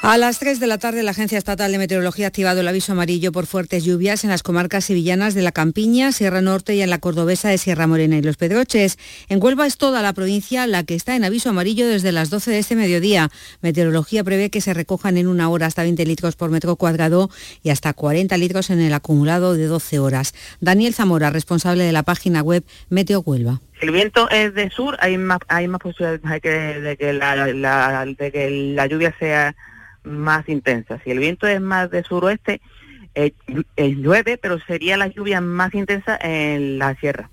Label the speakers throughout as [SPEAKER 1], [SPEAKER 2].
[SPEAKER 1] A las 3 de la tarde la Agencia Estatal de Meteorología ha activado el aviso amarillo por fuertes lluvias en las comarcas sevillanas de la Campiña, Sierra Norte y en la cordobesa de Sierra Morena y Los Pedroches. En Huelva es toda la provincia la que está en aviso amarillo desde las 12 de este mediodía. Meteorología prevé que se recojan en una hora hasta 20 litros por metro cuadrado y hasta 40 litros en el acumulado de 12 horas. Daniel Zamora, responsable de la página web Meteo Huelva.
[SPEAKER 2] El viento es de sur, hay más, hay más posibilidades de que, de que la, la, de que la lluvia sea más intensa. Si el viento es más de suroeste, eh, llueve, pero sería la lluvia más intensa en la sierra.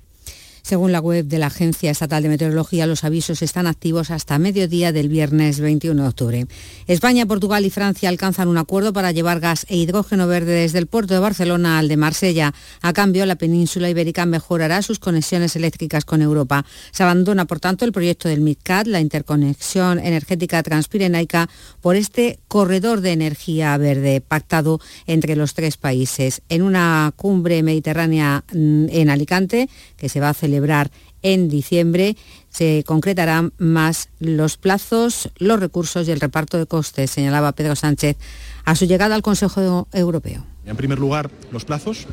[SPEAKER 1] Según la web de la Agencia Estatal de Meteorología, los avisos están activos hasta mediodía del viernes 21 de octubre. España, Portugal y Francia alcanzan un acuerdo para llevar gas e hidrógeno verde desde el puerto de Barcelona al de Marsella. A cambio, la península ibérica mejorará sus conexiones eléctricas con Europa. Se abandona, por tanto, el proyecto del MidCat, la interconexión energética transpirenaica, por este corredor de energía verde pactado entre los tres países. En una cumbre mediterránea mm, en Alicante, que se va a celebrar celebrar en diciembre, se concretarán más los plazos, los recursos y el reparto de costes, señalaba Pedro Sánchez a su llegada al Consejo Europeo.
[SPEAKER 3] En primer lugar, los plazos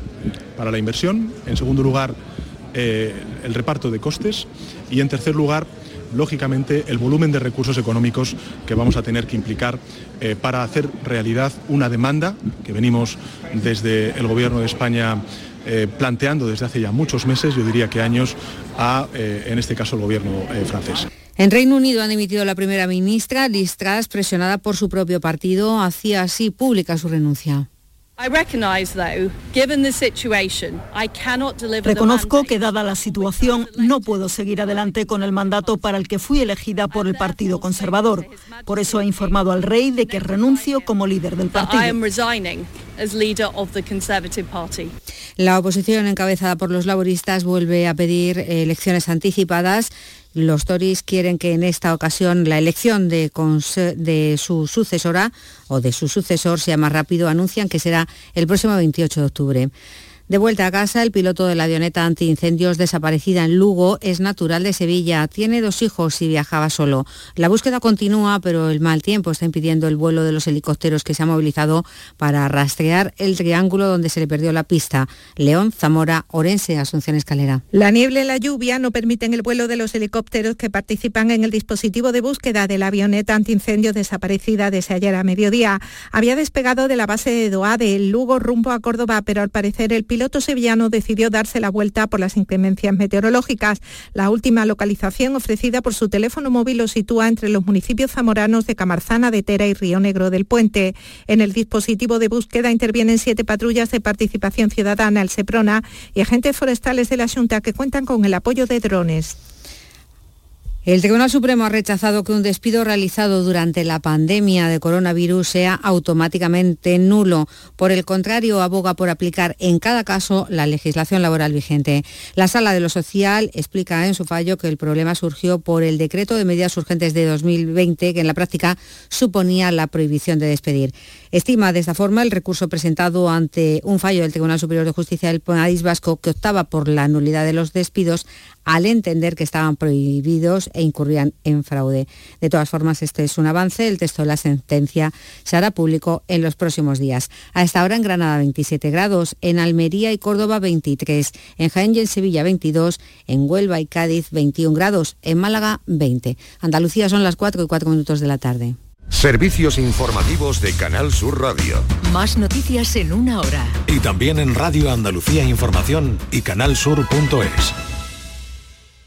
[SPEAKER 3] para la inversión, en segundo lugar, eh, el reparto de costes y en tercer lugar, lógicamente, el volumen de recursos económicos que vamos a tener que implicar eh, para hacer realidad una demanda que venimos desde el Gobierno de España eh, planteando desde hace ya muchos meses, yo diría que años, a, eh, en este caso, el gobierno eh, francés.
[SPEAKER 1] En Reino Unido han emitido la primera ministra, Liz Truss, presionada por su propio partido, hacía así pública su renuncia.
[SPEAKER 4] Reconozco que dada la situación no puedo seguir adelante con el mandato para el que fui elegida por el Partido Conservador. Por eso he informado al rey de que renuncio como líder del partido.
[SPEAKER 1] La oposición encabezada por los laboristas vuelve a pedir elecciones anticipadas. Los Tories quieren que en esta ocasión la elección de, de, su sucesora o de su sucesor sea más rápido. Anuncian que será el próximo 28 de octubre. De vuelta a casa, el piloto de la avioneta antiincendios desaparecida en Lugo es natural de Sevilla. Tiene dos hijos y viajaba solo. La búsqueda continúa, pero el mal tiempo está impidiendo el vuelo de los helicópteros que se han movilizado para rastrear el triángulo donde se le perdió la pista. León, Zamora, Orense, Asunción Escalera.
[SPEAKER 5] La niebla y la lluvia no permiten el vuelo de los helicópteros que participan en el dispositivo de búsqueda de la avioneta antiincendios desaparecida desde ayer a mediodía. Había despegado de la base de Doha de Lugo rumbo a Córdoba, pero al parecer el piloto piloto sevillano decidió darse la vuelta por las inclemencias meteorológicas. La última localización ofrecida por su teléfono móvil lo sitúa entre los municipios zamoranos de Camarzana, de Tera y Río Negro del Puente. En el dispositivo de búsqueda intervienen siete patrullas de participación ciudadana, el SEPRONA y agentes forestales de la Junta que cuentan con el apoyo de drones.
[SPEAKER 1] El Tribunal Supremo ha rechazado que un despido realizado durante la pandemia de coronavirus sea automáticamente nulo. Por el contrario, aboga por aplicar en cada caso la legislación laboral vigente. La Sala de lo Social explica en su fallo que el problema surgió por el decreto de medidas urgentes de 2020, que en la práctica suponía la prohibición de despedir. Estima de esta forma el recurso presentado ante un fallo del Tribunal Superior de Justicia del País Vasco que optaba por la nulidad de los despidos al entender que estaban prohibidos e incurrían en fraude. De todas formas, este es un avance. El texto de la sentencia se hará público en los próximos días. A esta hora en Granada 27 grados, en Almería y Córdoba 23, en Jaén y en Sevilla 22, en Huelva y Cádiz 21 grados, en Málaga 20. Andalucía son las 4 y 4 minutos de la tarde.
[SPEAKER 6] Servicios informativos de Canal Sur Radio.
[SPEAKER 7] Más noticias en una hora.
[SPEAKER 8] Y también en Radio Andalucía Información y canalsur.es.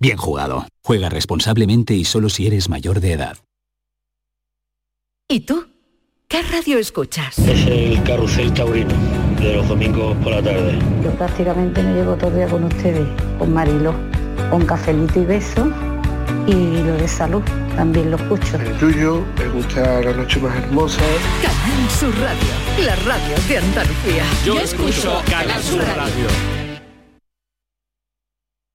[SPEAKER 9] Bien jugado. Juega responsablemente y solo si eres mayor de edad.
[SPEAKER 4] ¿Y tú? ¿Qué radio escuchas?
[SPEAKER 10] Es el Carrusel Taurino, de los domingos por la tarde.
[SPEAKER 11] Yo prácticamente me llevo todo el día con ustedes, con Marilo, con cafelito y beso y lo de salud, también lo escucho.
[SPEAKER 12] El tuyo, me gusta la noche más hermosa.
[SPEAKER 4] Canal Sur Radio, la radio de Andalucía.
[SPEAKER 13] Yo, Yo escucho Canal Sur radio.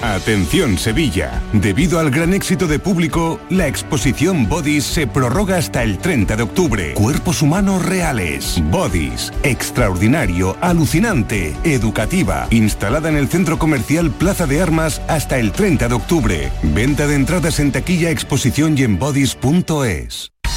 [SPEAKER 6] Atención Sevilla, debido al gran éxito de público, la exposición Bodies se prorroga hasta el 30 de octubre. Cuerpos humanos reales, Bodies, extraordinario, alucinante, educativa, instalada en el centro comercial Plaza de Armas hasta el 30 de octubre. Venta de entradas en taquilla, exposición y en bodies.es.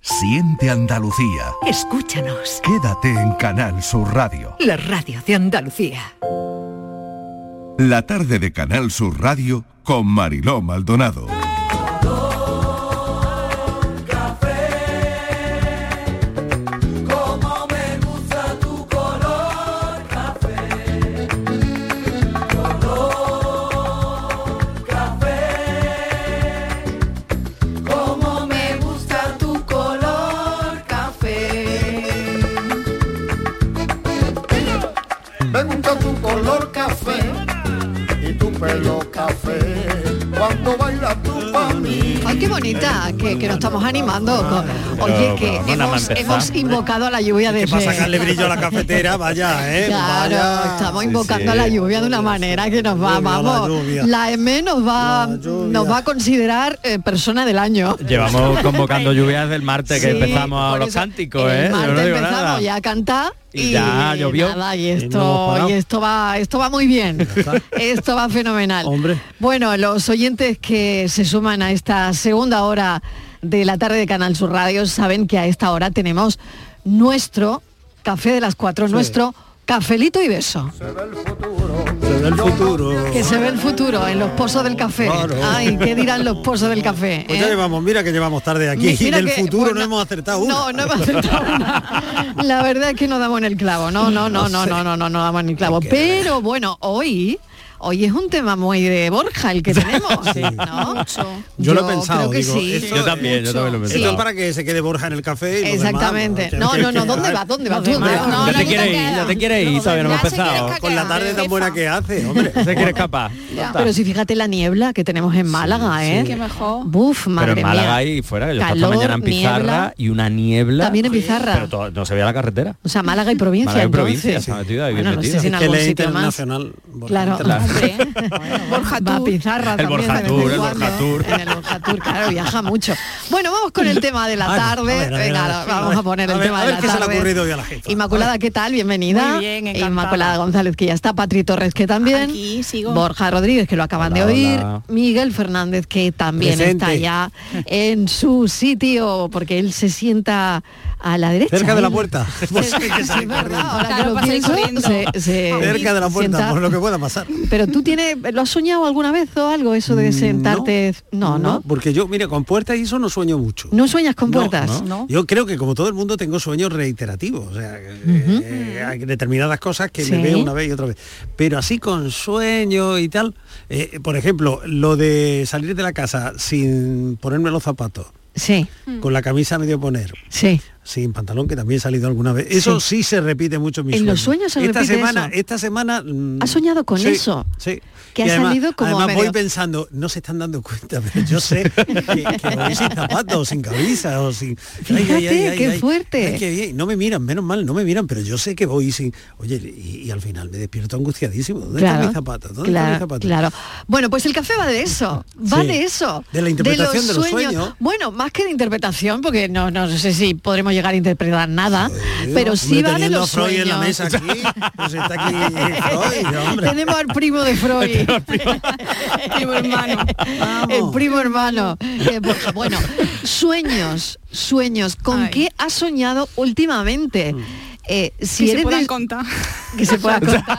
[SPEAKER 6] Siente Andalucía.
[SPEAKER 4] Escúchanos.
[SPEAKER 6] Quédate en Canal Sur Radio.
[SPEAKER 4] La radio de Andalucía.
[SPEAKER 6] La tarde de Canal Sur Radio con Mariló Maldonado.
[SPEAKER 14] Ay, qué bonita, que, que nos estamos animando. Oye, que hemos, hemos invocado a la lluvia de
[SPEAKER 15] Que para sacarle brillo a la cafetera, vaya, ¿eh?
[SPEAKER 14] Claro,
[SPEAKER 15] Vaya.
[SPEAKER 14] estamos invocando a la lluvia de una manera que nos va,
[SPEAKER 15] Lluvia, la
[SPEAKER 14] vamos.
[SPEAKER 15] lluvia.
[SPEAKER 14] La M nos va, nos va a considerar eh, persona del año.
[SPEAKER 16] Llevamos convocando lluvias del martes que
[SPEAKER 14] Sí,
[SPEAKER 16] empezamos a
[SPEAKER 14] por
[SPEAKER 16] los
[SPEAKER 14] eso,
[SPEAKER 16] cánticos,
[SPEAKER 14] el
[SPEAKER 16] ¿eh? Yo
[SPEAKER 14] martes
[SPEAKER 16] no digo
[SPEAKER 14] empezamos
[SPEAKER 16] nada.
[SPEAKER 14] ya a cantar.
[SPEAKER 16] Y ya llovió.
[SPEAKER 14] nada, y
[SPEAKER 16] Y no hemos
[SPEAKER 14] esto,
[SPEAKER 16] parado.
[SPEAKER 14] y esto va, esto va muy bien. esto va fenomenal. Bueno, los oyentes que se suman a esta segunda hora de la tarde de Canal Sur Radio saben que a esta hora tenemos nuestro café de las cuatro, nuestro cafelito y beso.
[SPEAKER 15] Se ve el futuro.
[SPEAKER 14] Que se ve el futuro en los pozos del café. Ay, ¿qué dirán los pozos del café?
[SPEAKER 15] Pues
[SPEAKER 14] eh?
[SPEAKER 15] ya llevamos, mira que llevamos tarde aquí.
[SPEAKER 14] Mira
[SPEAKER 15] Del
[SPEAKER 14] que-
[SPEAKER 15] futuro
[SPEAKER 14] bueno,
[SPEAKER 15] no hemos acertado uno.
[SPEAKER 14] No, no hemos acertado una. La verdad es que no damos en el clavo. No, no, no, no, no, no, no, no damos en el clavo. Pero bueno, hoy, hoy es un tema muy de Borja el que tenemos, ¿no?
[SPEAKER 15] Yo, lo he
[SPEAKER 14] Yo
[SPEAKER 15] pensado,
[SPEAKER 14] creo que
[SPEAKER 15] digo,
[SPEAKER 14] sí.
[SPEAKER 15] esto
[SPEAKER 16] Yo también, yo también lo he
[SPEAKER 15] Esto
[SPEAKER 16] pensado.
[SPEAKER 15] es para que se quede Borja en el café. y los
[SPEAKER 14] Exactamente.
[SPEAKER 15] demás,
[SPEAKER 14] No, no, no, ¿dónde vas? ¿Dónde vas? ¿Dónde vas?
[SPEAKER 16] ya te quieres ir, ya te quieres ir, todavía no hemos empezado.
[SPEAKER 15] Con la tarde tan buena que hace, hombre.
[SPEAKER 16] Se quiere escapar. Ya está.
[SPEAKER 14] Pero si fíjate la niebla que tenemos en Málaga, ¿eh?
[SPEAKER 17] Qué mejor.
[SPEAKER 14] Buf, madre
[SPEAKER 16] pero en Málaga
[SPEAKER 14] mía.
[SPEAKER 16] ahí fuera, yo estaba esta
[SPEAKER 14] Calor,
[SPEAKER 16] mañana en Pizarra
[SPEAKER 14] niebla.
[SPEAKER 16] y una niebla.
[SPEAKER 14] También en Pizarra.
[SPEAKER 16] Pero to- no se veía la carretera.
[SPEAKER 14] O sea, Málaga y provincia.
[SPEAKER 16] Málaga y
[SPEAKER 14] entonces.
[SPEAKER 16] provincia, se ha metido ahí bien
[SPEAKER 14] Bueno, no sé
[SPEAKER 16] metida.
[SPEAKER 14] si en
[SPEAKER 16] Es que
[SPEAKER 14] algún
[SPEAKER 16] él es
[SPEAKER 14] sitio más.
[SPEAKER 16] internacional,
[SPEAKER 14] Claro.
[SPEAKER 16] Internacional.
[SPEAKER 14] Borja Va a Pizarra
[SPEAKER 16] El
[SPEAKER 14] también de
[SPEAKER 16] Borja
[SPEAKER 14] vez en
[SPEAKER 16] Tour, el
[SPEAKER 14] cuando.
[SPEAKER 16] Borja Tour.
[SPEAKER 14] En el Borja Tour, claro, viaja mucho. Bueno, vamos con el tema de la
[SPEAKER 18] Vamos,
[SPEAKER 14] tarde.
[SPEAKER 18] Ah, a ver, a ver,
[SPEAKER 14] Venga,
[SPEAKER 18] a ver.
[SPEAKER 14] vamos a poner
[SPEAKER 18] A
[SPEAKER 14] el
[SPEAKER 18] ver,
[SPEAKER 14] tema
[SPEAKER 18] a
[SPEAKER 14] de
[SPEAKER 18] ver
[SPEAKER 14] la
[SPEAKER 18] qué se le ha
[SPEAKER 14] tarde.
[SPEAKER 18] ocurrido hoy a la jefa.
[SPEAKER 14] Inmaculada, ¿qué tal? Bienvenida.
[SPEAKER 1] Muy bien, encantada.
[SPEAKER 14] Inmaculada González, que ya está. Patri Torres, que también.
[SPEAKER 1] Aquí sigo.
[SPEAKER 14] Borja Rodríguez, que lo acaban de oír.
[SPEAKER 1] hola.
[SPEAKER 14] Miguel Fernández, que también
[SPEAKER 18] Presente.
[SPEAKER 14] está ya en su sitio, porque él se sienta a la derecha. ¿eh?
[SPEAKER 18] Cerca de la
[SPEAKER 14] él.
[SPEAKER 18] puerta.
[SPEAKER 15] Pues
[SPEAKER 14] Es verdad, ahora que
[SPEAKER 1] Claro,
[SPEAKER 14] lo
[SPEAKER 1] pasa
[SPEAKER 14] pienso,
[SPEAKER 1] corriendo.
[SPEAKER 14] se- se
[SPEAKER 18] Cerca de la puerta,
[SPEAKER 14] sienta-
[SPEAKER 18] por lo que pueda pasar.
[SPEAKER 14] Pero tú tienes, ¿lo has soñado alguna vez o algo eso
[SPEAKER 18] Mm,
[SPEAKER 14] de sentarte? No, no.
[SPEAKER 18] Porque yo, mire, con puertas y eso no sueño mucho.
[SPEAKER 14] ¿No sueñas con puertas?
[SPEAKER 18] No, Yo creo que como todo el mundo tengo sueños reiterativos, o sea, eh, eh, hay determinadas cosas que
[SPEAKER 14] Sí.
[SPEAKER 18] me veo una vez y otra vez. Pero así con sueños y tal, eh, por ejemplo, lo de salir de la casa sin ponerme los zapatos,
[SPEAKER 14] Sí.
[SPEAKER 18] con la camisa a medio poner,
[SPEAKER 14] Sí.
[SPEAKER 18] sin pantalón que también he salido alguna vez. Eso sí, se repite mucho en mis
[SPEAKER 14] En los sueños se
[SPEAKER 18] esta
[SPEAKER 14] repite
[SPEAKER 18] semana,
[SPEAKER 14] eso.
[SPEAKER 18] esta semana mm,
[SPEAKER 14] ¿Has soñado con
[SPEAKER 18] sí,
[SPEAKER 14] eso?
[SPEAKER 18] Sí.
[SPEAKER 14] Que
[SPEAKER 18] Y
[SPEAKER 14] ha
[SPEAKER 18] además-
[SPEAKER 14] salido como
[SPEAKER 18] además voy
[SPEAKER 14] medio-
[SPEAKER 18] pensando, no se están dando cuenta, pero yo sé que, que voy sin zapatos, sin camisa o sin.
[SPEAKER 14] Fíjate, qué fuerte.
[SPEAKER 18] ay, qué bien. No me miran, menos mal, no me miran, pero yo sé que voy sin. Oye, y, y al final me despierto angustiadísimo. ¿Dónde
[SPEAKER 14] Claro,
[SPEAKER 18] están mis zapatos? ¿Dónde
[SPEAKER 14] claro,
[SPEAKER 18] están mis zapatos?
[SPEAKER 14] claro. Bueno, pues el café va de eso, va
[SPEAKER 18] Sí,
[SPEAKER 14] de eso.
[SPEAKER 18] de la interpretación de los sueños.
[SPEAKER 14] Bueno, más que de interpretación, porque no, no sé si podremos llegar a interpretar nada, pero sí
[SPEAKER 18] Hombre,
[SPEAKER 14] va de
[SPEAKER 18] teniendo a
[SPEAKER 14] los
[SPEAKER 18] Freud
[SPEAKER 14] sueños.
[SPEAKER 18] en la mesa aquí, pues está aquí Freud, hombre.
[SPEAKER 14] Tenemos al primo de Freud. primo hermano. El primo hermano. Eh, Borja, Bueno, sueños, sueños. ¿Con qué has soñado últimamente?
[SPEAKER 18] Mm.
[SPEAKER 14] Eh, si
[SPEAKER 1] Que se
[SPEAKER 14] eres
[SPEAKER 1] puedan
[SPEAKER 14] contar. Que se puedan contar.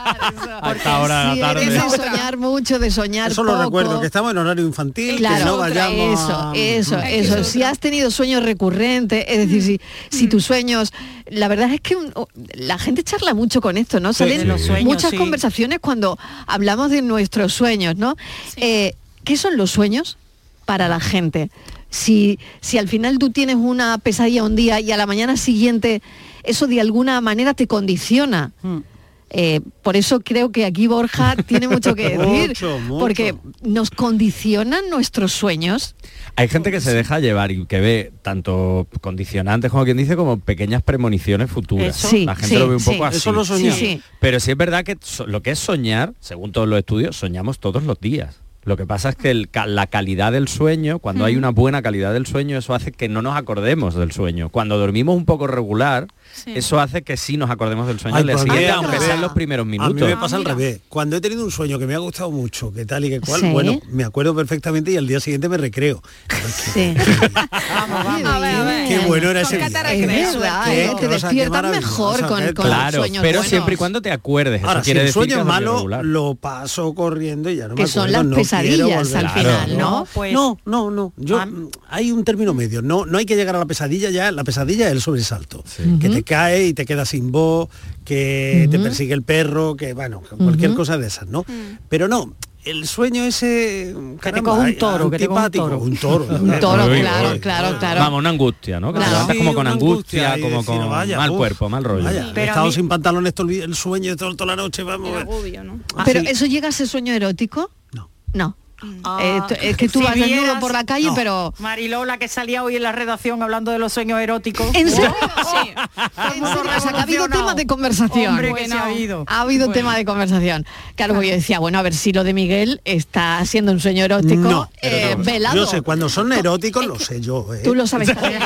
[SPEAKER 18] Hasta ahora
[SPEAKER 14] Si eres de soñar mucho, de soñar
[SPEAKER 18] Eso lo
[SPEAKER 14] poco.
[SPEAKER 18] recuerdo, que estamos en horario infantil, que
[SPEAKER 14] Claro,
[SPEAKER 18] no vayamos.
[SPEAKER 14] eso,
[SPEAKER 18] a-
[SPEAKER 14] eso, eso. Si has tenido sueños recurrentes, es decir, si,
[SPEAKER 1] Mm.
[SPEAKER 14] si tus sueños, la verdad es que un- o- la gente charla mucho con esto, ¿no?
[SPEAKER 1] Sí,
[SPEAKER 14] Salen
[SPEAKER 1] de los sueños,
[SPEAKER 14] muchas
[SPEAKER 1] sí.
[SPEAKER 14] conversaciones cuando hablamos de nuestros sueños, ¿no? Eh, ¿Qué son los sueños para la gente? Si, si al final tú tienes una pesadilla un día y a la mañana siguiente eso de alguna manera te condiciona.
[SPEAKER 1] Mm.
[SPEAKER 14] Eh, por eso creo que aquí Borja tiene mucho que decir,
[SPEAKER 16] Mucho, mucho.
[SPEAKER 14] porque nos condicionan nuestros sueños.
[SPEAKER 16] Hay gente que se deja llevar y que ve tanto condicionantes, como quien dice, como pequeñas premoniciones futuras.
[SPEAKER 14] Eso. Sí,
[SPEAKER 16] la gente
[SPEAKER 14] sí,
[SPEAKER 16] lo ve un
[SPEAKER 14] sí.
[SPEAKER 16] poco así.
[SPEAKER 18] Eso lo soñé. Sí, sí.
[SPEAKER 16] Pero sí es verdad que so- lo que es soñar, según todos los estudios, soñamos todos los días. Lo que pasa es que el ca- la calidad del sueño, cuando
[SPEAKER 14] Mm.
[SPEAKER 16] hay una buena calidad del sueño, eso hace que no nos acordemos del sueño. Cuando dormimos un poco regular, eso hace que sí nos acordemos del sueño
[SPEAKER 18] Ay,
[SPEAKER 16] al día
[SPEAKER 18] pues a mí
[SPEAKER 16] siguiente,
[SPEAKER 18] me pasa
[SPEAKER 16] aunque
[SPEAKER 18] al
[SPEAKER 16] sean
[SPEAKER 18] revés.
[SPEAKER 16] los primeros minutos.
[SPEAKER 18] A mí me pasa
[SPEAKER 14] Ah,
[SPEAKER 18] al revés. Cuando he tenido un sueño que me ha gustado mucho, que tal y que cual,
[SPEAKER 16] Sí.
[SPEAKER 18] bueno, me acuerdo perfectamente y al día siguiente me recreo.
[SPEAKER 14] Sí.
[SPEAKER 1] A ver, a ver.
[SPEAKER 18] Qué bueno era
[SPEAKER 1] Con
[SPEAKER 18] ese día.
[SPEAKER 1] cátara
[SPEAKER 14] Es
[SPEAKER 1] crees,
[SPEAKER 14] verdad,
[SPEAKER 1] qué
[SPEAKER 14] eh, te
[SPEAKER 18] cosa, qué
[SPEAKER 14] despiertas
[SPEAKER 18] maravillosa,
[SPEAKER 14] mejor con,
[SPEAKER 18] qué
[SPEAKER 14] con los
[SPEAKER 16] Claro,
[SPEAKER 14] sueños
[SPEAKER 16] pero
[SPEAKER 14] buenos.
[SPEAKER 16] siempre y cuando te acuerdes. Eso
[SPEAKER 18] Ahora, si
[SPEAKER 16] quiere
[SPEAKER 18] el
[SPEAKER 16] decir
[SPEAKER 18] sueño
[SPEAKER 16] que
[SPEAKER 18] es
[SPEAKER 16] has dormido
[SPEAKER 18] malo,
[SPEAKER 16] regular.
[SPEAKER 18] lo paso corriendo y ya no
[SPEAKER 14] Que
[SPEAKER 18] me
[SPEAKER 14] son
[SPEAKER 18] acuerdo.
[SPEAKER 14] las
[SPEAKER 18] no quiero
[SPEAKER 14] pesadillas
[SPEAKER 18] volver.
[SPEAKER 14] al
[SPEAKER 18] Claro.
[SPEAKER 14] final, ¿no? Pues-
[SPEAKER 18] No, no, no. Yo, mm, hay un término medio. No, no hay que llegar a la pesadilla ya. La pesadilla es el sobresalto. Que te cae y te quedas sin voz, que te
[SPEAKER 12] Ujú.
[SPEAKER 18] persigue el perro, que bueno, que cualquier
[SPEAKER 12] Ujú.
[SPEAKER 18] cosa de esas, ¿no?
[SPEAKER 14] Mm.
[SPEAKER 18] Pero no. El sueño ese caramba,
[SPEAKER 12] coja un toro, que te coja un
[SPEAKER 18] antipático,
[SPEAKER 12] toro.
[SPEAKER 18] un toro.
[SPEAKER 14] Un toro,
[SPEAKER 16] Uy,
[SPEAKER 14] claro,
[SPEAKER 16] uy.
[SPEAKER 14] claro, claro.
[SPEAKER 16] Vamos, una angustia, ¿no? Que
[SPEAKER 18] Claro.
[SPEAKER 16] te levantas
[SPEAKER 18] Sí,
[SPEAKER 16] como con
[SPEAKER 18] una
[SPEAKER 16] angustia,
[SPEAKER 18] angustia y
[SPEAKER 16] como
[SPEAKER 18] decir,
[SPEAKER 16] con
[SPEAKER 18] vaya,
[SPEAKER 16] mal
[SPEAKER 18] uf,
[SPEAKER 16] cuerpo, mal rollo.
[SPEAKER 18] Vaya, he
[SPEAKER 14] Pero a
[SPEAKER 18] estado
[SPEAKER 14] mí-
[SPEAKER 18] sin pantalones todo el, el sueño todo- toda la noche, vamos.
[SPEAKER 14] Pero
[SPEAKER 18] Ah, Sí.
[SPEAKER 14] eso llega a ese sueño erótico? No. No. Eh, tú- es que tú
[SPEAKER 19] Ah, Si
[SPEAKER 14] vas desnudo
[SPEAKER 19] vieras-
[SPEAKER 14] por la calle,
[SPEAKER 19] No.
[SPEAKER 14] pero
[SPEAKER 19] Mariló, la que salía hoy en la redacción hablando de los sueños eróticos.
[SPEAKER 14] ¿En serio?
[SPEAKER 19] Sí.
[SPEAKER 14] ¿En serio? O sea, que ha habido tema de conversación.
[SPEAKER 19] Hombre, que sí ha habido.
[SPEAKER 14] Ha habido tema de conversación. Claro, porque yo decía, bueno, a ver si lo de Miguel está siendo un sueño erótico
[SPEAKER 18] No,
[SPEAKER 14] eh,
[SPEAKER 18] pero no.
[SPEAKER 14] velado.
[SPEAKER 18] Yo sé, cuando son eróticos lo sé yo. ¿eh?
[SPEAKER 14] Tú lo sabes también.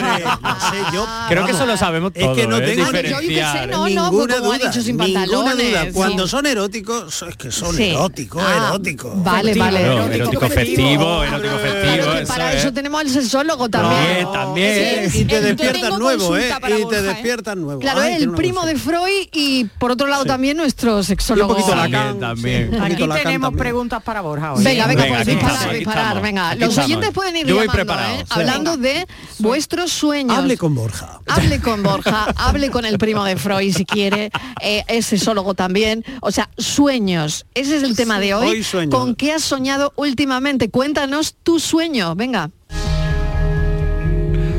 [SPEAKER 16] Creo que eso lo sabemos
[SPEAKER 18] Es
[SPEAKER 16] todos.
[SPEAKER 18] que no
[SPEAKER 16] ¿eh?
[SPEAKER 18] tengo
[SPEAKER 16] Diferenciar,
[SPEAKER 18] yo
[SPEAKER 14] yo pensé, no, no,
[SPEAKER 18] ninguna
[SPEAKER 14] porque como ha
[SPEAKER 18] duda,
[SPEAKER 14] dicho, sin
[SPEAKER 18] ninguna
[SPEAKER 14] pantalones,
[SPEAKER 18] duda.
[SPEAKER 14] sí.
[SPEAKER 18] Cuando son eróticos, son- es que son
[SPEAKER 14] Sí.
[SPEAKER 18] eróticos,
[SPEAKER 14] Ah,
[SPEAKER 18] eróticos.
[SPEAKER 14] vale,
[SPEAKER 16] Claro,
[SPEAKER 14] vale.
[SPEAKER 16] erótico, festivo, erótico festivo.
[SPEAKER 14] Que para eso tenemos al sexólogo también.
[SPEAKER 16] También, también.
[SPEAKER 18] Y te
[SPEAKER 14] Yo
[SPEAKER 18] despiertas
[SPEAKER 14] tengo
[SPEAKER 18] nuevo, ¿eh?
[SPEAKER 14] consulta para
[SPEAKER 18] Y
[SPEAKER 14] Borja,
[SPEAKER 18] te
[SPEAKER 14] ¿eh?
[SPEAKER 18] despiertas nuevo.
[SPEAKER 14] Claro,
[SPEAKER 18] Ay,
[SPEAKER 14] el
[SPEAKER 18] tiene una
[SPEAKER 14] primo de Freud y por otro lado también nuestro sexólogo.
[SPEAKER 16] También, también.
[SPEAKER 19] Aquí
[SPEAKER 18] Lacan
[SPEAKER 19] tenemos
[SPEAKER 18] también.
[SPEAKER 19] preguntas para Borja hoy.
[SPEAKER 14] Venga, venga,
[SPEAKER 16] Venga,
[SPEAKER 14] pues
[SPEAKER 16] aquí
[SPEAKER 14] disparar,
[SPEAKER 16] estamos, aquí
[SPEAKER 14] disparar,
[SPEAKER 16] estamos.
[SPEAKER 14] venga.
[SPEAKER 16] Aquí
[SPEAKER 14] Los
[SPEAKER 16] estamos.
[SPEAKER 14] oyentes pueden ir
[SPEAKER 16] Yo voy
[SPEAKER 14] llamando,
[SPEAKER 16] preparado,
[SPEAKER 14] ¿eh?
[SPEAKER 16] sí.
[SPEAKER 14] hablando de vuestros sueños.
[SPEAKER 18] Hable con Borja.
[SPEAKER 14] Hable con Borja, hable con el primo de Freud si quiere, eh, es sexólogo también. O sea, sueños. Ese es el tema
[SPEAKER 18] Sí,
[SPEAKER 14] de hoy.
[SPEAKER 18] hoy sueños.
[SPEAKER 14] ¿Con qué has soñado últimamente? Cuéntanos tu sueño, venga.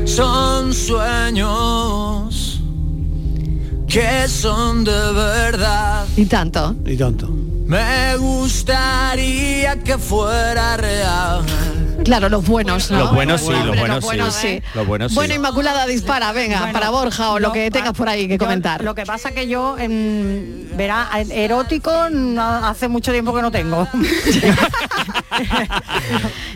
[SPEAKER 7] Son sueños que son de verdad.
[SPEAKER 14] Y tanto.
[SPEAKER 18] Y tanto.
[SPEAKER 7] Me gustaría que fuera real.
[SPEAKER 14] Claro, los buenos, ¿no?
[SPEAKER 16] Los buenos sí, los
[SPEAKER 14] Hombre,
[SPEAKER 16] buenos
[SPEAKER 14] los buenos
[SPEAKER 16] sí.
[SPEAKER 14] sí.
[SPEAKER 16] Los buenos sí.
[SPEAKER 14] Bueno, Inmaculada, dispara, venga,
[SPEAKER 19] Bueno,
[SPEAKER 14] para Borja o lo
[SPEAKER 19] no,
[SPEAKER 14] que tengas por ahí que
[SPEAKER 19] Yo-
[SPEAKER 14] comentar.
[SPEAKER 19] Lo que pasa que yo, em, verá, erótico no- hace mucho tiempo que no tengo.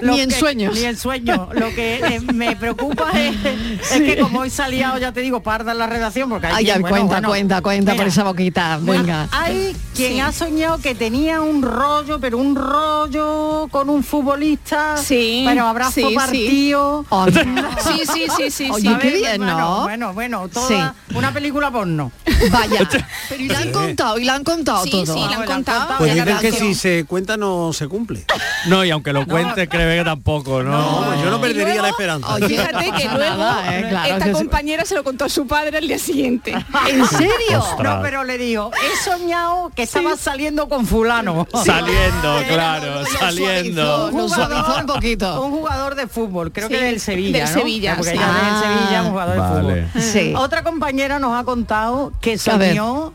[SPEAKER 19] Lo
[SPEAKER 14] Ni en
[SPEAKER 19] que-
[SPEAKER 14] sueños.
[SPEAKER 19] Ni en sueños. Lo que eh, me preocupa es, es
[SPEAKER 14] Sí.
[SPEAKER 19] que como hoy salía, ya te digo, parda en la redacción, porque hay
[SPEAKER 14] Ay, ya,
[SPEAKER 19] quien, bueno,
[SPEAKER 14] cuenta,
[SPEAKER 19] bueno,
[SPEAKER 14] cuenta, cuenta por esa boquita, venga.
[SPEAKER 19] Hay quien ha soñado que tenía un rollo, pero un rollo con un futbolista.
[SPEAKER 20] Sí,
[SPEAKER 19] Pero abrazo
[SPEAKER 20] sí, sí.
[SPEAKER 19] partido.
[SPEAKER 20] Oh,
[SPEAKER 19] Ah,
[SPEAKER 20] no. Sí, sí, sí, sí,
[SPEAKER 14] Oye, sí. qué bien,
[SPEAKER 19] bueno,
[SPEAKER 14] ¿no?
[SPEAKER 19] Bueno, bueno, toda
[SPEAKER 14] Sí.
[SPEAKER 19] una película porno.
[SPEAKER 14] Vaya. Pero y la han contado, y la han contado
[SPEAKER 19] Sí,
[SPEAKER 14] todo.
[SPEAKER 19] sí, la han
[SPEAKER 14] contado.
[SPEAKER 18] Pues dicen que si se cuenta no se cumple.
[SPEAKER 16] No, y aunque lo cuente, creo que tampoco, ¿no?
[SPEAKER 18] pues yo no perdería la esperanza.
[SPEAKER 20] Oye, fíjate que luego
[SPEAKER 14] nada, eh, claro
[SPEAKER 20] esta
[SPEAKER 14] que sí.
[SPEAKER 20] compañera se lo contó a su padre el día siguiente.
[SPEAKER 14] ¿En serio?
[SPEAKER 19] No, pero le digo, he soñado que estaba saliendo con fulano.
[SPEAKER 16] Saliendo, claro, saliendo.
[SPEAKER 19] Un jugador,
[SPEAKER 14] un poquito.
[SPEAKER 19] Un jugador de fútbol, creo que
[SPEAKER 20] Sí,
[SPEAKER 19] del Sevilla.
[SPEAKER 20] del
[SPEAKER 19] ¿no?
[SPEAKER 20] Sevilla,
[SPEAKER 19] Porque
[SPEAKER 14] Ah,
[SPEAKER 20] sí. Ah.
[SPEAKER 19] ella es del Sevilla, un jugador de
[SPEAKER 16] Vale.
[SPEAKER 19] fútbol.
[SPEAKER 14] Sí.
[SPEAKER 19] Otra compañera nos ha contado que
[SPEAKER 14] A ver.
[SPEAKER 19] soñó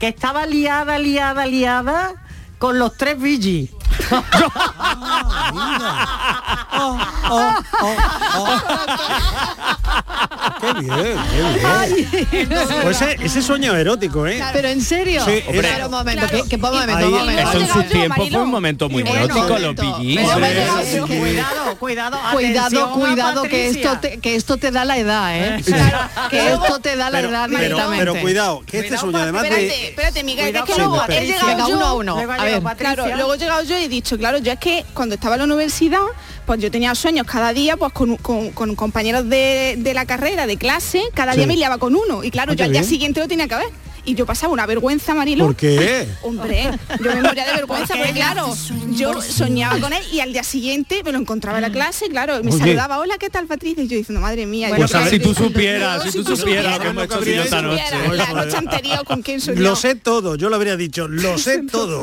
[SPEAKER 19] que estaba liada, liada, liada con los tres Vigi. Oh,
[SPEAKER 18] Qué bien, qué bien. Pues ese, ese sueño erótico, ¿eh?
[SPEAKER 14] Pero en serio.
[SPEAKER 18] Sí, hombre.
[SPEAKER 14] Claro, un momento, que, que- un momento, un
[SPEAKER 18] Ahí-
[SPEAKER 14] momento.
[SPEAKER 18] eso en
[SPEAKER 16] Su tiempo fue un momento muy
[SPEAKER 18] Bueno,
[SPEAKER 16] erótico, los
[SPEAKER 18] momento.
[SPEAKER 16] billys.
[SPEAKER 18] Pero
[SPEAKER 16] ¿eh?
[SPEAKER 18] bueno,
[SPEAKER 16] Así que-
[SPEAKER 19] Cuidado, cuidado,
[SPEAKER 14] Cuidado,
[SPEAKER 19] atención a
[SPEAKER 14] cuidado, que
[SPEAKER 19] Patricia.
[SPEAKER 14] esto, te, que esto te da la edad, ¿eh? que esto te da la
[SPEAKER 18] Pero-
[SPEAKER 14] edad
[SPEAKER 18] pero,
[SPEAKER 14] directamente.
[SPEAKER 18] pero cuidado, que este sueño además
[SPEAKER 20] Espérate,
[SPEAKER 18] de...
[SPEAKER 20] espérate, Miguel, que es que
[SPEAKER 18] Cuidado,
[SPEAKER 20] luego he
[SPEAKER 18] Patricia.
[SPEAKER 20] llegado
[SPEAKER 14] Venga,
[SPEAKER 20] yo,
[SPEAKER 14] uno a uno.
[SPEAKER 20] luego he
[SPEAKER 14] A
[SPEAKER 20] llegado-
[SPEAKER 14] ver.
[SPEAKER 20] claro, luego he llegado yo y he dicho, claro, yo es que cuando estaba en la universidad, pues yo tenía sueños cada día, pues con, con- con compañeros de, de la carrera, de clase, cada día
[SPEAKER 18] Sí.
[SPEAKER 20] me liaba con uno. Y claro,
[SPEAKER 18] Ah,
[SPEAKER 20] yo
[SPEAKER 18] qué
[SPEAKER 20] al día
[SPEAKER 18] bien.
[SPEAKER 20] siguiente lo tenía que ver. Y yo pasaba una vergüenza, Marilo.
[SPEAKER 18] ¿Por qué?
[SPEAKER 20] Hombre, yo me moría de vergüenza,
[SPEAKER 14] ¿Por
[SPEAKER 20] porque
[SPEAKER 14] qué?
[SPEAKER 20] claro, yo soñaba con él y al día siguiente me lo encontraba en
[SPEAKER 14] Mm.
[SPEAKER 20] la clase, claro, me
[SPEAKER 16] Oye.
[SPEAKER 20] saludaba, hola, ¿qué tal, Patricia? Y yo diciendo, madre mía, yo
[SPEAKER 16] Pues
[SPEAKER 20] creo
[SPEAKER 16] si
[SPEAKER 20] que-
[SPEAKER 16] tú supieras, si
[SPEAKER 20] si
[SPEAKER 16] tú
[SPEAKER 20] tú
[SPEAKER 16] supieras lo que hemos hecho yo esta noche.
[SPEAKER 20] Supiera la noche anterior con quién soñó.
[SPEAKER 18] Lo sé todo, yo lo habría dicho, lo sé todo.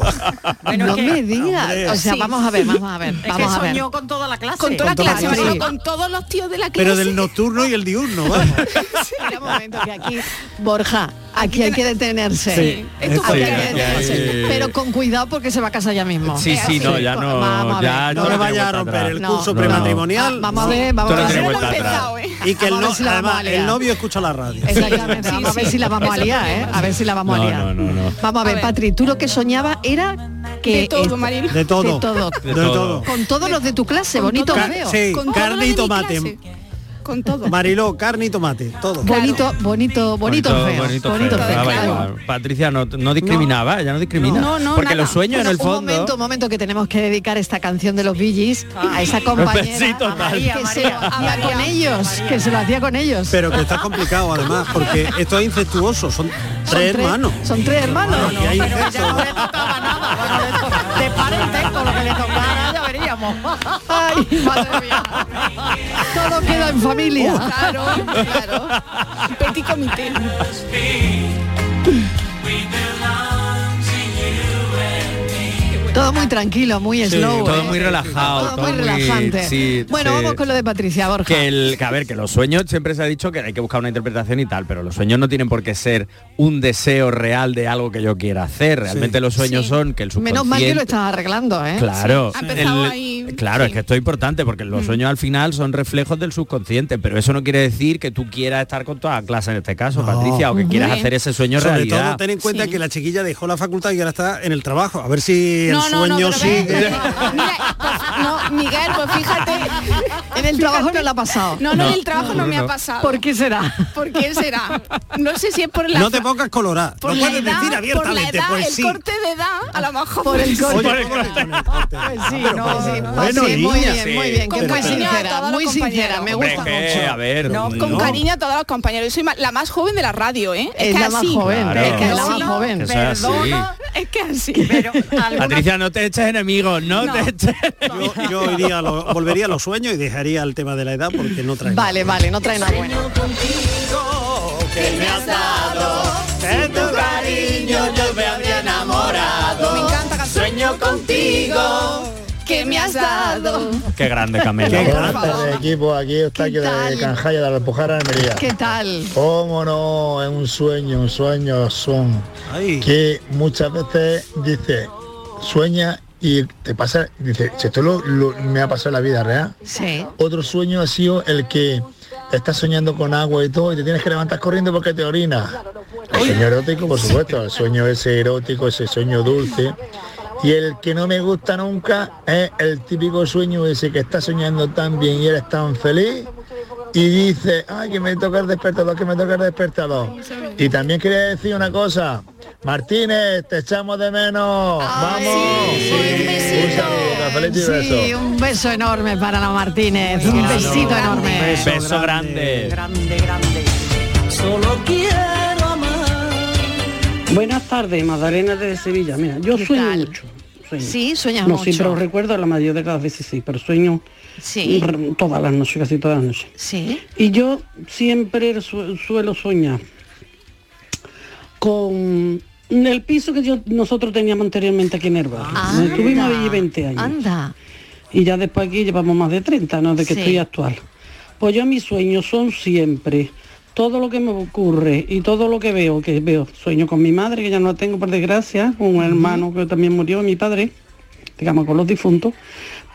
[SPEAKER 14] no me digas.
[SPEAKER 18] Hombre.
[SPEAKER 14] O sea,
[SPEAKER 18] Sí.
[SPEAKER 14] vamos a ver, vamos a ver,
[SPEAKER 18] Es que
[SPEAKER 14] vamos a ver.
[SPEAKER 19] soñó con toda la clase.
[SPEAKER 20] Con toda la
[SPEAKER 18] Con toda
[SPEAKER 20] clase,
[SPEAKER 18] la clase.
[SPEAKER 20] Manolo, con todos los tíos de la clase.
[SPEAKER 18] Pero del nocturno y el diurno, vamos.
[SPEAKER 14] Espera un momento, que aquí, Borja, aquí hay que detenerse.
[SPEAKER 18] Sí,
[SPEAKER 14] Esto
[SPEAKER 18] sí,
[SPEAKER 14] aquí hay que
[SPEAKER 18] sí.
[SPEAKER 14] detenerse.
[SPEAKER 16] Sí.
[SPEAKER 14] Pero con cuidado porque se va a casa ya mismo. Eh,
[SPEAKER 16] Sí, sí, no, ya
[SPEAKER 14] Vamos
[SPEAKER 16] no,
[SPEAKER 14] a
[SPEAKER 16] ya
[SPEAKER 18] No le vaya a
[SPEAKER 16] tiene
[SPEAKER 18] romper
[SPEAKER 16] vuelta
[SPEAKER 18] el
[SPEAKER 16] atrás.
[SPEAKER 18] curso
[SPEAKER 16] No, no.
[SPEAKER 18] prematrimonial.
[SPEAKER 14] Ah, Vamos a ver, vamos
[SPEAKER 16] Esto
[SPEAKER 18] a
[SPEAKER 16] no tiene
[SPEAKER 18] ver.
[SPEAKER 16] vuelta atrás.
[SPEAKER 18] Y que el,
[SPEAKER 14] Vamos a
[SPEAKER 18] no,
[SPEAKER 14] ver si la vamos
[SPEAKER 18] además,
[SPEAKER 14] a liar.
[SPEAKER 18] el novio escucha la radio.
[SPEAKER 14] Exactamente, vamos a ver si la vamos a liar, ¿eh? A ver si la vamos a liar.
[SPEAKER 18] No, no, no.
[SPEAKER 14] Vamos a ver, Patri, tú lo que soñaba era que...
[SPEAKER 20] De todo,
[SPEAKER 14] esto-
[SPEAKER 20] Marilo.
[SPEAKER 18] De todo.
[SPEAKER 14] De todo.
[SPEAKER 18] De todo.
[SPEAKER 14] Con todos los de tu clase, bonito
[SPEAKER 18] Ca-
[SPEAKER 14] veo.
[SPEAKER 18] Sí, carne y tomate.
[SPEAKER 20] Con todo.
[SPEAKER 18] Mariló, carne y tomate, todo.
[SPEAKER 14] Bonito, bonito, bonito, feo.
[SPEAKER 16] bonito,
[SPEAKER 14] bonito
[SPEAKER 16] feo,
[SPEAKER 14] feo,
[SPEAKER 16] ah,
[SPEAKER 14] claro.
[SPEAKER 16] vale, vale. Patricia no, no discriminaba, ella no discrimina. porque los sueños en
[SPEAKER 14] Bueno,
[SPEAKER 16] el fondo.
[SPEAKER 14] Un momento, un momento que tenemos que dedicar esta canción de los Billys
[SPEAKER 20] Ah.
[SPEAKER 14] a esa compañera
[SPEAKER 16] Sí, total.
[SPEAKER 14] que se lo hacía con ellos, que se lo hacía con ellos.
[SPEAKER 18] Pero que está complicado además, porque esto es incestuoso, son tres
[SPEAKER 14] Son
[SPEAKER 18] hermanos.
[SPEAKER 14] Son tres hermanos.
[SPEAKER 18] Y hay
[SPEAKER 14] Pero-
[SPEAKER 18] incesto.
[SPEAKER 19] De parentesco lo que le tocara, ya veríamos.
[SPEAKER 14] Ay, madre mía. Todo queda en familia.
[SPEAKER 18] Uh,
[SPEAKER 20] Claro, claro. Petit comité.
[SPEAKER 14] Todo muy tranquilo, muy
[SPEAKER 16] Sí,
[SPEAKER 14] slow.
[SPEAKER 16] todo
[SPEAKER 14] ¿eh?
[SPEAKER 16] muy relajado,
[SPEAKER 14] Todo muy
[SPEAKER 16] todo muy-
[SPEAKER 14] relajante.
[SPEAKER 16] sí,
[SPEAKER 14] bueno,
[SPEAKER 16] sí.
[SPEAKER 14] vamos con lo de Patricia Borja.
[SPEAKER 16] Que, el, que a ver, que los sueños siempre se ha dicho que hay que buscar una interpretación y tal, pero los sueños no tienen por qué ser un deseo real de algo que yo quiera hacer. Realmente los sueños son que el subconsciente.
[SPEAKER 14] Menos mal que lo estás arreglando, ¿eh?
[SPEAKER 16] Claro,
[SPEAKER 14] Sí.
[SPEAKER 16] el- claro, es que esto es importante porque
[SPEAKER 14] Mm.
[SPEAKER 16] los sueños al final son reflejos del subconsciente, pero eso no quiere decir que tú quieras estar con toda la clase en este caso, Patricia, o que
[SPEAKER 18] Ujú.
[SPEAKER 16] quieras hacer ese sueño
[SPEAKER 18] Sobre todo
[SPEAKER 16] realidad.
[SPEAKER 18] ten en cuenta que la chiquilla dejó la facultad y ahora está en el trabajo. A ver si el
[SPEAKER 20] No, no, no,
[SPEAKER 18] sueño
[SPEAKER 20] pero ve,
[SPEAKER 18] sigue.
[SPEAKER 20] No, Miguel, pues fíjate.
[SPEAKER 14] En el trabajo no lo ha pasado.
[SPEAKER 20] No, no, en
[SPEAKER 18] No.
[SPEAKER 20] el trabajo no, me
[SPEAKER 18] No.
[SPEAKER 20] ha pasado.
[SPEAKER 14] ¿Por qué será?
[SPEAKER 20] ¿Por qué será? No sé si es por la
[SPEAKER 18] No te pongas colorada.
[SPEAKER 20] por
[SPEAKER 18] no
[SPEAKER 20] la
[SPEAKER 18] puedes
[SPEAKER 20] edad,
[SPEAKER 18] decir
[SPEAKER 20] por la
[SPEAKER 18] abiertamente,
[SPEAKER 20] edad,
[SPEAKER 18] pues
[SPEAKER 20] el
[SPEAKER 18] sí.
[SPEAKER 20] corte de edad, a lo mejor
[SPEAKER 18] Por el corte. Oye,
[SPEAKER 14] Pues sí,
[SPEAKER 18] Pero,
[SPEAKER 14] no,
[SPEAKER 18] pues,
[SPEAKER 14] sí,
[SPEAKER 18] bueno,
[SPEAKER 14] pues sí, muy
[SPEAKER 18] niña,
[SPEAKER 14] bien,
[SPEAKER 18] sí.
[SPEAKER 14] muy bien, que
[SPEAKER 18] Pero,
[SPEAKER 14] muy
[SPEAKER 18] pero-
[SPEAKER 20] a
[SPEAKER 14] sincera,
[SPEAKER 20] todos los
[SPEAKER 14] muy sincera, me
[SPEAKER 16] Hombre,
[SPEAKER 14] gusta
[SPEAKER 16] es que,
[SPEAKER 14] mucho.
[SPEAKER 16] a ver,
[SPEAKER 20] No,
[SPEAKER 16] mm,
[SPEAKER 20] con
[SPEAKER 16] no.
[SPEAKER 20] cariño a todos los compañeros. Yo soy ma- la más joven de la radio, ¿eh?
[SPEAKER 14] Es
[SPEAKER 20] que
[SPEAKER 14] la más
[SPEAKER 20] así.
[SPEAKER 14] joven,
[SPEAKER 16] Claro.
[SPEAKER 14] es que es la
[SPEAKER 16] Sí,
[SPEAKER 14] más
[SPEAKER 16] no,
[SPEAKER 14] joven.
[SPEAKER 16] que sea así.
[SPEAKER 20] Perdona, Es que así.
[SPEAKER 16] Patricia, no te eches enemigos, no, te eches
[SPEAKER 18] Yo, yo iría a lo- volvería a los sueños y dejaría el tema de la edad porque no trae.
[SPEAKER 14] Vale, vale, no trae nada bueno.
[SPEAKER 18] que me has dado, de tu cariño yo me había enamorado.
[SPEAKER 20] Me encanta cantar.
[SPEAKER 18] Sueño
[SPEAKER 20] contigo que me has dado.
[SPEAKER 16] Qué grande Camela.
[SPEAKER 12] Qué grande equipo, aquí está aquí de Canjaya de la Alpujarra de Almería.
[SPEAKER 14] ¿Qué tal?
[SPEAKER 12] Cómo no, es un sueño, un sueño son que muchas veces dice, sueña y te pasa, dice, esto lo, lo- me ha pasado en la vida real.
[SPEAKER 14] Sí.
[SPEAKER 12] Otro sueño ha sido el que estás soñando con agua y todo y te tienes que levantar corriendo porque te orinas. El sueño erótico, por supuesto, el sueño ese erótico, ese sueño dulce. Y el que no me gusta nunca es el típico sueño ese que estás soñando tan bien y eres tan feliz y dice, ay, que me toca el despertador, que me toca el despertador. Y también quería decir una cosa, Martínez, te echamos de menos. ¡Vamos! Un saludo, cafelito y besos.
[SPEAKER 14] Sí, un beso enorme para la Martínez. Un besito enorme.
[SPEAKER 16] Beso, grande.
[SPEAKER 21] Solo quiero amar.
[SPEAKER 22] Buenas tardes, Magdalena desde Sevilla. Mira, yo sueño mucho. sueño.
[SPEAKER 14] Sí, sueñas
[SPEAKER 22] No
[SPEAKER 14] mucho.
[SPEAKER 22] siempre lo recuerdo, la mayoría de las veces sí, pero sueño
[SPEAKER 14] Sí.
[SPEAKER 4] Mm.
[SPEAKER 22] r- todas las noches, casi todas las noches.
[SPEAKER 14] Sí.
[SPEAKER 22] Y yo siempre su- suelo soñar con el piso que yo- nosotros teníamos anteriormente aquí en el barrio. Donde Estuvimos allí 20 años.
[SPEAKER 14] Ah, Anda.
[SPEAKER 22] Y ya después aquí llevamos más de 30, ¿no? De que
[SPEAKER 14] Sí.
[SPEAKER 22] estoy actual. Pues yo mis sueños son siempre, todo lo que me ocurre y todo lo que veo, que veo, sueño con mi madre, que ya no la tengo por desgracia, con un hermano que también murió, mi padre, digamos con los difuntos,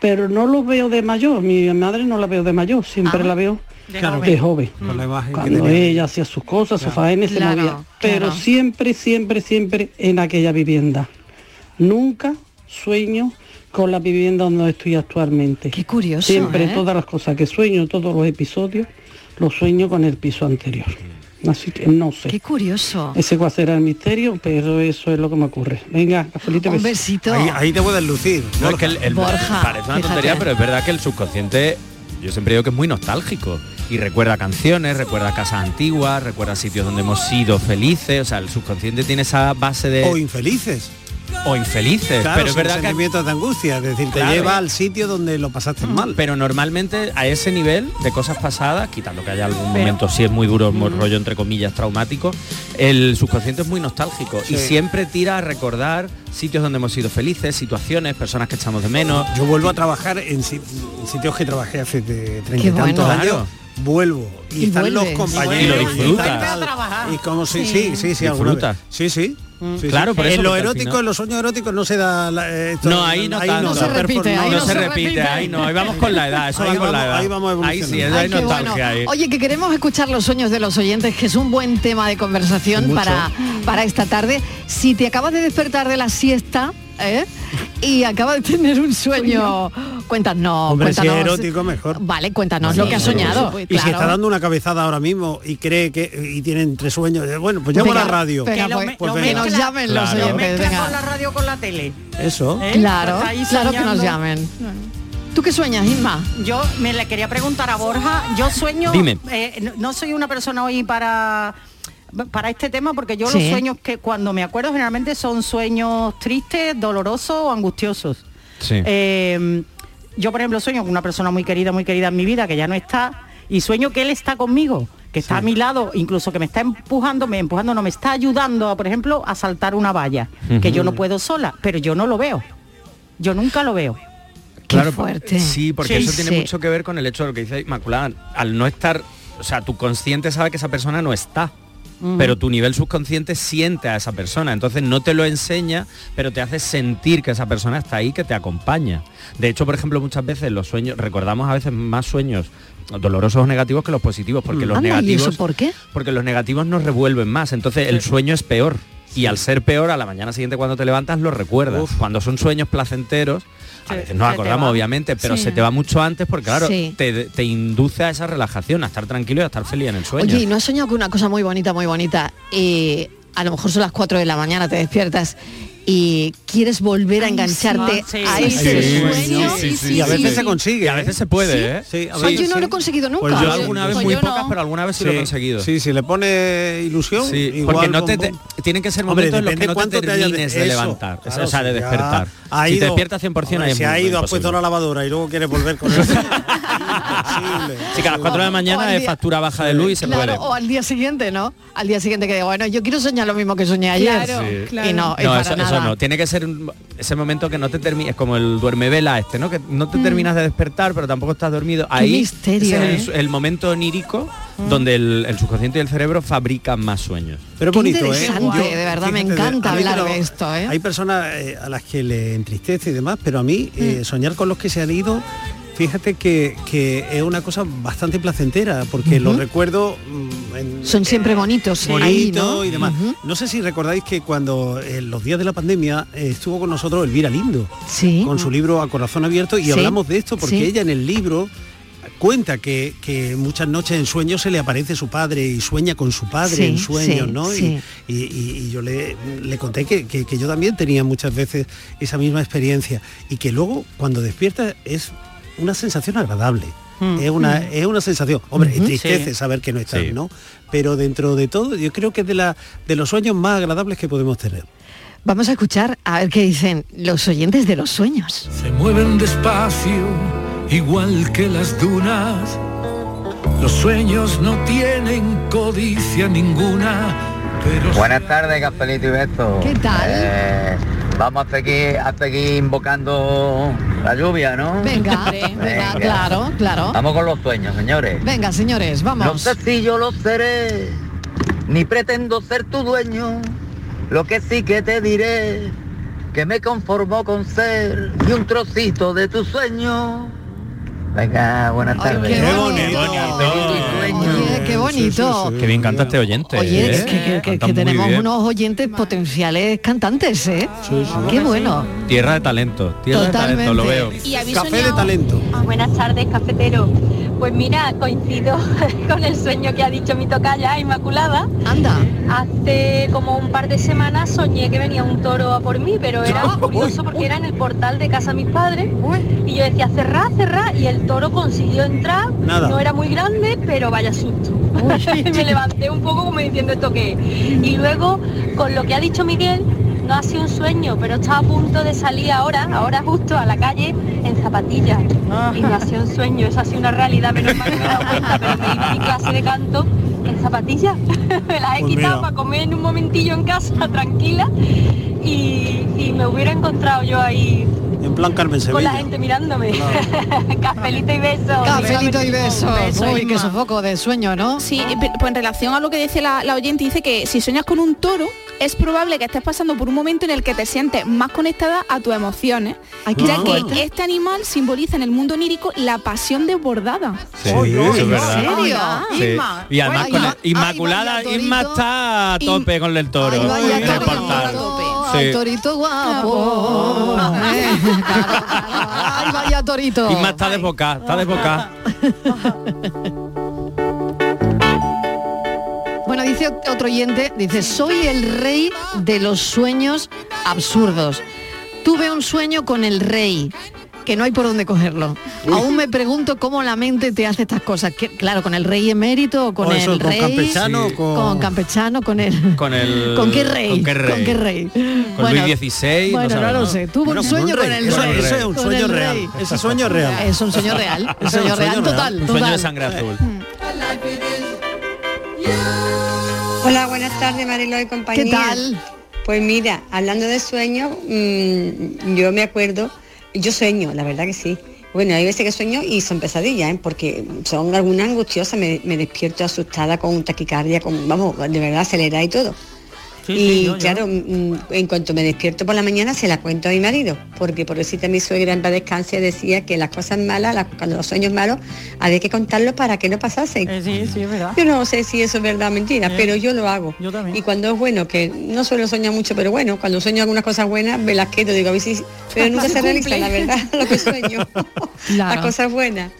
[SPEAKER 22] pero no los veo de mayor, mi madre no la veo de mayor, siempre la veo de,
[SPEAKER 18] Claro.
[SPEAKER 22] joven.
[SPEAKER 18] Con la imagen que
[SPEAKER 22] Cuando
[SPEAKER 18] tenía.
[SPEAKER 22] ella hacía sus cosas, sus faenes, se
[SPEAKER 18] Claro,
[SPEAKER 22] movía. Pero
[SPEAKER 18] claro.
[SPEAKER 22] siempre, siempre, siempre en aquella vivienda. Nunca sueño con la vivienda donde estoy actualmente. Qué
[SPEAKER 14] curioso.
[SPEAKER 22] Siempre
[SPEAKER 14] ¿eh?
[SPEAKER 22] todas las cosas que sueño, todos los episodios, los sueño con el piso anterior. Así que no sé.
[SPEAKER 14] Qué curioso.
[SPEAKER 22] Ese cuál será el misterio, pero eso es lo que me ocurre. Venga, cafelito
[SPEAKER 14] Un
[SPEAKER 22] beso.
[SPEAKER 14] besito.
[SPEAKER 22] Ahí- ahí
[SPEAKER 18] te puedes lucir.
[SPEAKER 16] No, es que el, el-
[SPEAKER 22] Borja,
[SPEAKER 16] parece una tontería,
[SPEAKER 22] fíjate.
[SPEAKER 16] pero es verdad que el subconsciente, yo siempre digo que es muy nostálgico. Y recuerda canciones, recuerda casas antiguas, recuerda sitios donde hemos sido felices. O sea, el subconsciente tiene esa base de...
[SPEAKER 18] O infelices.
[SPEAKER 16] O infelices.
[SPEAKER 18] Claro,
[SPEAKER 16] pero es verdad que
[SPEAKER 18] sentimientos de angustia, es decir,
[SPEAKER 16] Claro.
[SPEAKER 18] te lleva al sitio donde lo pasaste mal.
[SPEAKER 16] Pero normalmente a ese nivel de cosas pasadas, quitando que haya algún momento si es muy duro, muy rollo entre comillas traumático, el subconsciente es muy nostálgico y
[SPEAKER 18] Sí.
[SPEAKER 16] siempre tira a recordar sitios donde hemos sido felices, situaciones, personas que echamos de menos.
[SPEAKER 18] Yo vuelvo a trabajar en, si- en sitios que trabajé hace de treinta y
[SPEAKER 16] Qué
[SPEAKER 18] tantos
[SPEAKER 16] bueno.
[SPEAKER 18] años. Vuelvo y,
[SPEAKER 16] Y
[SPEAKER 18] están
[SPEAKER 16] vuelves.
[SPEAKER 18] los compañeros
[SPEAKER 16] Y lo disfrutas.
[SPEAKER 18] y tal, tal. Y como sí, sí, sí, sí, alguna
[SPEAKER 16] Disfrutas.
[SPEAKER 18] vez. Sí, sí. Sí, sí.
[SPEAKER 16] Claro, por eso,
[SPEAKER 18] en lo
[SPEAKER 16] porque al
[SPEAKER 18] erótico,
[SPEAKER 16] final-
[SPEAKER 18] en los sueños eróticos no se da la- eh, esto-
[SPEAKER 16] No, ahí no, tanto.
[SPEAKER 18] da performance.
[SPEAKER 16] ahí no, se, repite, ahí no, ahí vamos con la edad, eso va
[SPEAKER 18] Ahí
[SPEAKER 16] con la
[SPEAKER 18] vamos-
[SPEAKER 16] edad.
[SPEAKER 18] ahí vamos
[SPEAKER 16] Ahí sí,
[SPEAKER 18] evolucionando.
[SPEAKER 16] hay
[SPEAKER 18] Ay, qué bueno.
[SPEAKER 16] nostalgia ahí.
[SPEAKER 14] Oye, que queremos escuchar los sueños de los oyentes, que es un buen tema de conversación
[SPEAKER 16] Mucho.
[SPEAKER 14] para, para esta tarde. Si te acabas de despertar de la siesta ¿eh? y acabas de tener un sueño, cuéntanos.
[SPEAKER 18] Hombre, si es
[SPEAKER 14] cuéntanos
[SPEAKER 18] erótico, mejor.
[SPEAKER 14] Vale, cuéntanos lo que has
[SPEAKER 18] Sí,
[SPEAKER 14] soñado.
[SPEAKER 18] Y si
[SPEAKER 14] claro.
[SPEAKER 18] está dando una cabezada ahora mismo y cree que y tiene entre sueños, eh, bueno, pues llamo a la
[SPEAKER 14] Venga,
[SPEAKER 18] radio.
[SPEAKER 14] venga,
[SPEAKER 18] Pues
[SPEAKER 14] pues,
[SPEAKER 18] venga.
[SPEAKER 14] lo mezcla- Que nos llamen los
[SPEAKER 18] Claro.
[SPEAKER 14] oyentes,
[SPEAKER 18] Mezcla
[SPEAKER 14] venga.
[SPEAKER 18] con
[SPEAKER 19] La radio con la tele.
[SPEAKER 18] la- Eso.
[SPEAKER 19] ¿eh?
[SPEAKER 14] Claro,
[SPEAKER 19] Pues ahí
[SPEAKER 14] claro que nos
[SPEAKER 19] soñando.
[SPEAKER 14] llamen. ¿Tú qué sueñas, Isma?
[SPEAKER 19] Yo me le quería preguntar a Borja, yo sueño,
[SPEAKER 14] Dime.
[SPEAKER 19] eh, no, no soy una persona hoy para para este tema porque yo los
[SPEAKER 14] Sí.
[SPEAKER 19] sueños que cuando me acuerdo generalmente son sueños tristes, dolorosos o angustiosos.
[SPEAKER 16] Sí.
[SPEAKER 19] Eh, yo, por ejemplo, sueño con una persona muy querida, muy querida en mi vida, que ya no está, y sueño que él está conmigo, que está a mi lado, incluso que me está empujando, me empujando, no, me está ayudando, por ejemplo, a saltar una valla, que yo no puedo sola, pero yo no lo veo. Yo nunca lo veo.
[SPEAKER 16] Claro,
[SPEAKER 19] fuerte.
[SPEAKER 16] Sí, porque
[SPEAKER 19] Sí,
[SPEAKER 16] eso tiene
[SPEAKER 19] sí.
[SPEAKER 16] mucho que ver con el hecho de lo que dice Inmaculada. Al no estar, o sea, tu consciente sabe que esa persona no está.
[SPEAKER 18] Ujú.
[SPEAKER 16] Pero tu nivel subconsciente siente a esa persona, entonces no te lo enseña, pero te hace sentir que esa persona está ahí, que te acompaña. De hecho, por ejemplo, muchas veces los sueños, recordamos a veces más sueños dolorosos o negativos que los positivos, porque los
[SPEAKER 14] Mm, Anda, ¿y eso
[SPEAKER 16] negativos
[SPEAKER 14] por qué?
[SPEAKER 16] porque los negativos nos revuelven más, entonces el sueño es peor. Y al ser peor, a la mañana siguiente cuando te levantas lo recuerdas. Cuando son sueños placenteros, a veces nos
[SPEAKER 18] se te
[SPEAKER 16] acordamos
[SPEAKER 18] va.
[SPEAKER 16] obviamente, pero
[SPEAKER 18] Sí.
[SPEAKER 16] se te va mucho antes porque claro,
[SPEAKER 14] Sí.
[SPEAKER 16] te, te induce a esa relajación, a estar tranquilo y a estar feliz en el sueño.
[SPEAKER 14] Oye, ¿y no has soñado con una cosa muy bonita, muy bonita? Y a lo mejor son las 4 de la mañana, te despiertas y quieres volver a engancharte
[SPEAKER 18] sí.
[SPEAKER 14] a
[SPEAKER 18] Sí,
[SPEAKER 14] ese
[SPEAKER 18] sí,
[SPEAKER 14] sueño.
[SPEAKER 18] sí, sí, sí, Y a sí, veces sí. se
[SPEAKER 16] consigue. a veces se puede, ¿eh?
[SPEAKER 18] a
[SPEAKER 14] Ay,
[SPEAKER 18] veces
[SPEAKER 14] Pues yo no
[SPEAKER 18] sí.
[SPEAKER 14] lo he conseguido nunca.
[SPEAKER 16] Pues yo alguna vez,
[SPEAKER 14] Pues
[SPEAKER 16] muy
[SPEAKER 14] yo
[SPEAKER 16] pocas,
[SPEAKER 14] no.
[SPEAKER 16] pero alguna vez sí, lo he conseguido.
[SPEAKER 18] Sí, si le pone ilusión,
[SPEAKER 16] Sí,
[SPEAKER 18] igual
[SPEAKER 16] porque no
[SPEAKER 18] con-
[SPEAKER 16] te,
[SPEAKER 18] con-
[SPEAKER 16] te- tienen que ser
[SPEAKER 18] Hombre,
[SPEAKER 16] momentos en los
[SPEAKER 18] depende
[SPEAKER 16] que no
[SPEAKER 18] cuánto
[SPEAKER 16] te
[SPEAKER 18] te haya de-
[SPEAKER 16] termines de,
[SPEAKER 18] eso,
[SPEAKER 16] levantar, o sea,
[SPEAKER 18] claro,
[SPEAKER 16] o sea, de
[SPEAKER 18] si ya
[SPEAKER 16] despertar.
[SPEAKER 18] ha
[SPEAKER 16] si te
[SPEAKER 18] ido-
[SPEAKER 16] despiertas 100%
[SPEAKER 18] Hombre,
[SPEAKER 16] ahí es
[SPEAKER 18] si ha
[SPEAKER 16] muy
[SPEAKER 18] ido, ha
[SPEAKER 16] imposible.
[SPEAKER 18] puesto la lavadora y luego quiere volver con eso.
[SPEAKER 16] Así que a las 4 de la
[SPEAKER 14] O al
[SPEAKER 16] mañana es
[SPEAKER 14] día-
[SPEAKER 16] factura baja de luz y se
[SPEAKER 14] claro,
[SPEAKER 16] puede.
[SPEAKER 14] o al día siguiente, ¿no? Al día siguiente que digo, bueno, yo quiero soñar lo mismo que soñé ayer.
[SPEAKER 16] Sí.
[SPEAKER 14] Y no, y para
[SPEAKER 16] eso, eso
[SPEAKER 14] nada.
[SPEAKER 16] no. Tiene que ser un- ese momento que no te termines, como el duerme vela este, ¿no? Que no te terminas de despertar, pero tampoco estás dormido. Ahí
[SPEAKER 14] Mm. misterio,
[SPEAKER 16] ese es
[SPEAKER 14] ¿eh? Mm.
[SPEAKER 16] el, el momento onírico donde el, el subconsciente y el cerebro fabrican más sueños.
[SPEAKER 18] Pero es
[SPEAKER 14] Qué
[SPEAKER 18] bonito, ¿eh?
[SPEAKER 14] interesante,
[SPEAKER 18] Yo-
[SPEAKER 14] de verdad, me
[SPEAKER 18] fíjate,
[SPEAKER 14] encanta
[SPEAKER 18] a mí,
[SPEAKER 14] hablar
[SPEAKER 18] pero
[SPEAKER 14] de esto, ¿eh?
[SPEAKER 18] Hay personas eh, a las que le entristece y demás, pero a mí eh,
[SPEAKER 14] Mm.
[SPEAKER 18] soñar con los que se han ido, fíjate que, que es una cosa bastante placentera, porque los recuerdos mm, en-
[SPEAKER 14] Son siempre bonitos, ¿eh? ahí,
[SPEAKER 18] bonito
[SPEAKER 14] ¿no?
[SPEAKER 18] y demás.
[SPEAKER 14] Ujú.
[SPEAKER 18] No sé si recordáis que cuando en los días de la pandemia eh, estuvo con nosotros Elvira Lindo, con su libro A Corazón Abierto, y
[SPEAKER 23] Sí.
[SPEAKER 18] hablamos de esto porque
[SPEAKER 23] Sí.
[SPEAKER 18] ella en el libro cuenta que, que muchas noches en sueños se le aparece su padre y sueña con su padre
[SPEAKER 23] Sí,
[SPEAKER 18] en sueños,
[SPEAKER 23] sí,
[SPEAKER 18] ¿no? Y-
[SPEAKER 23] sí.
[SPEAKER 18] Y, y- y yo le, le conté que, que- que yo también tenía muchas veces esa misma experiencia y que luego cuando despierta es una sensación agradable. Es una, es una sensación, hombre,
[SPEAKER 23] Ujú.
[SPEAKER 18] entristece
[SPEAKER 23] Sí.
[SPEAKER 18] saber que no están,
[SPEAKER 23] Sí.
[SPEAKER 18] ¿no? Pero dentro de todo, yo creo que es de, la, de los sueños más agradables que podemos tener.
[SPEAKER 14] Vamos a escuchar a ver qué dicen los oyentes de los sueños.
[SPEAKER 21] Se mueven despacio, igual que las dunas. Los sueños no tienen codicia ninguna, pero...
[SPEAKER 7] Buenas tardes, Cafelito y Beto.
[SPEAKER 21] ¿Qué tal?
[SPEAKER 7] Eh, vamos hasta aquí, hasta aquí invocando la lluvia, ¿no?
[SPEAKER 14] Venga, venga, claro, claro.
[SPEAKER 7] Vamos con los sueños, señores.
[SPEAKER 14] Venga, señores,
[SPEAKER 7] No
[SPEAKER 14] vamos.
[SPEAKER 7] sé si yo lo seré, ni pretendo ser tu dueño. Lo que sí que te diré, que me conformo con ser y un trocito de tu sueño. Venga, buenas tardes.
[SPEAKER 14] qué
[SPEAKER 7] Oye,
[SPEAKER 14] qué bonito.
[SPEAKER 16] Que bien canta este oyente.
[SPEAKER 14] Oye,
[SPEAKER 16] ¿eh?
[SPEAKER 14] que, que- que-
[SPEAKER 16] Canta
[SPEAKER 14] que
[SPEAKER 16] muy
[SPEAKER 14] tenemos
[SPEAKER 16] bien.
[SPEAKER 14] unos oyentes potenciales cantantes, ¿eh? Qué bueno.
[SPEAKER 16] Tierra de talento, tierra de talento, lo veo.
[SPEAKER 2] Y habéis
[SPEAKER 18] Café de
[SPEAKER 2] soñado-
[SPEAKER 18] talento.
[SPEAKER 2] Ah, buenas tardes, cafetero. Pues mira, coincido con el sueño que ha dicho mi tocaya Inmaculada.
[SPEAKER 14] Anda.
[SPEAKER 2] Hace como un par de semanas soñé que venía un toro a por mí, pero era curioso porque era en el portal de casa de mis padres. Y yo decía, cerrá, cerrá, y el toro consiguió entrar.
[SPEAKER 1] Nada.
[SPEAKER 2] No era muy grande, pero vaya susto. Me levanté un poco como diciendo esto que es. Y luego, con lo que ha dicho Miguel, no ha sido un sueño, pero estaba a punto de salir ahora, ahora justo a la calle, en zapatillas. Y no ha sido un sueño, eso ha sido una realidad, menos mal que me he dado cuenta, pero mi, mi clase de canto en zapatillas. me las he
[SPEAKER 1] Pues
[SPEAKER 2] quitado
[SPEAKER 1] mira.
[SPEAKER 2] para comer en un momentillo en casa, tranquila. Y, y me hubiera encontrado yo ahí
[SPEAKER 18] En plan Carmen
[SPEAKER 2] con la
[SPEAKER 18] Sevilla.
[SPEAKER 2] gente mirándome. Cafelito y besos.
[SPEAKER 14] Cafelito y besos.
[SPEAKER 20] beso,
[SPEAKER 14] Uy, qué
[SPEAKER 20] Inma.
[SPEAKER 14] sofoco de sueño, ¿no?
[SPEAKER 20] Sí, eh, pe- pues en relación a lo que dice la, la oyente, dice que si sueñas con un toro, es probable que estés pasando por un momento en el que te sientes más conectada a tus emociones,
[SPEAKER 14] Ay, qué
[SPEAKER 20] ya
[SPEAKER 14] fuerte.
[SPEAKER 20] que este animal simboliza en el mundo onírico la pasión desbordada.
[SPEAKER 16] Sí, eso es verdad.
[SPEAKER 20] serio?
[SPEAKER 16] Sí.
[SPEAKER 20] Inma,
[SPEAKER 16] Y además
[SPEAKER 20] bueno,
[SPEAKER 16] con
[SPEAKER 20] Inma,
[SPEAKER 16] la- Inmaculada, Inma está a tope con el toro. en el portal.
[SPEAKER 14] Oh,
[SPEAKER 16] Sí.
[SPEAKER 14] al torito guapo. eh. Claro, claro. Ay, vaya torito.
[SPEAKER 16] Inma está desbocada, está desbocada.
[SPEAKER 14] Bueno, dice ot- otro oyente, dice, soy el rey de los sueños absurdos. Tuve un sueño con el rey, que no hay por dónde cogerlo. Aún me pregunto cómo la mente te hace estas cosas. Que, claro, con el rey emérito o con
[SPEAKER 16] Oh,
[SPEAKER 18] O
[SPEAKER 14] el
[SPEAKER 18] eso, con
[SPEAKER 14] rey.
[SPEAKER 18] campechano, Sí. con-
[SPEAKER 14] con campechano, con el.
[SPEAKER 16] Con el-
[SPEAKER 14] ¿Con qué rey?
[SPEAKER 16] ¿Con qué rey?
[SPEAKER 14] Con
[SPEAKER 16] Con Luis XVI, no
[SPEAKER 14] Bueno, no,
[SPEAKER 16] sabemos.
[SPEAKER 14] lo sé. Tuve
[SPEAKER 18] Bueno,
[SPEAKER 14] un
[SPEAKER 18] con
[SPEAKER 14] sueño
[SPEAKER 18] un
[SPEAKER 14] con,
[SPEAKER 18] rey.
[SPEAKER 14] el
[SPEAKER 18] Eso-
[SPEAKER 14] rey.
[SPEAKER 18] eso es un
[SPEAKER 14] con
[SPEAKER 18] sueño
[SPEAKER 14] el
[SPEAKER 18] real.
[SPEAKER 14] rey.
[SPEAKER 18] Ese sueño es real.
[SPEAKER 14] Es un sueño real. Un
[SPEAKER 18] Ese es
[SPEAKER 14] sueño
[SPEAKER 18] un sueño
[SPEAKER 14] real
[SPEAKER 18] real.
[SPEAKER 14] total.
[SPEAKER 18] Un
[SPEAKER 14] total. Mm.
[SPEAKER 16] Sueño de sangre azul.
[SPEAKER 24] Hola, buenas tardes Marilo y compañía.
[SPEAKER 14] ¿Qué tal?
[SPEAKER 24] Pues mira, hablando de sueños, mm, yo me acuerdo, yo sueño, la verdad que sí. Bueno, hay veces que sueño y son pesadillas, ¿eh? porque son algunas angustiosas, me, me despierto asustada con taquicardia, con, vamos, de verdad acelerada y todo.
[SPEAKER 1] Sí,
[SPEAKER 24] y
[SPEAKER 1] sí, yo- yo.
[SPEAKER 24] claro, mm, en cuanto me despierto por la mañana se la cuento a mi marido, porque por decirte mi suegra en paz descanse decía que las cosas malas, las- cuando los sueños malos, había que contarlos para que no pasasen.
[SPEAKER 25] Sí, sí, es verdad.
[SPEAKER 24] Yo no sé si eso es verdad o mentira,
[SPEAKER 25] Eh,
[SPEAKER 24] pero yo lo hago. Y cuando es bueno, que no suelo soñar mucho, pero bueno, cuando sueño algunas cosas buenas, me las quedo, digo, a ver si... Pero nunca se,
[SPEAKER 1] Se
[SPEAKER 24] realiza,
[SPEAKER 1] cumple.
[SPEAKER 24] la verdad, lo que sueño. Las cosas buenas.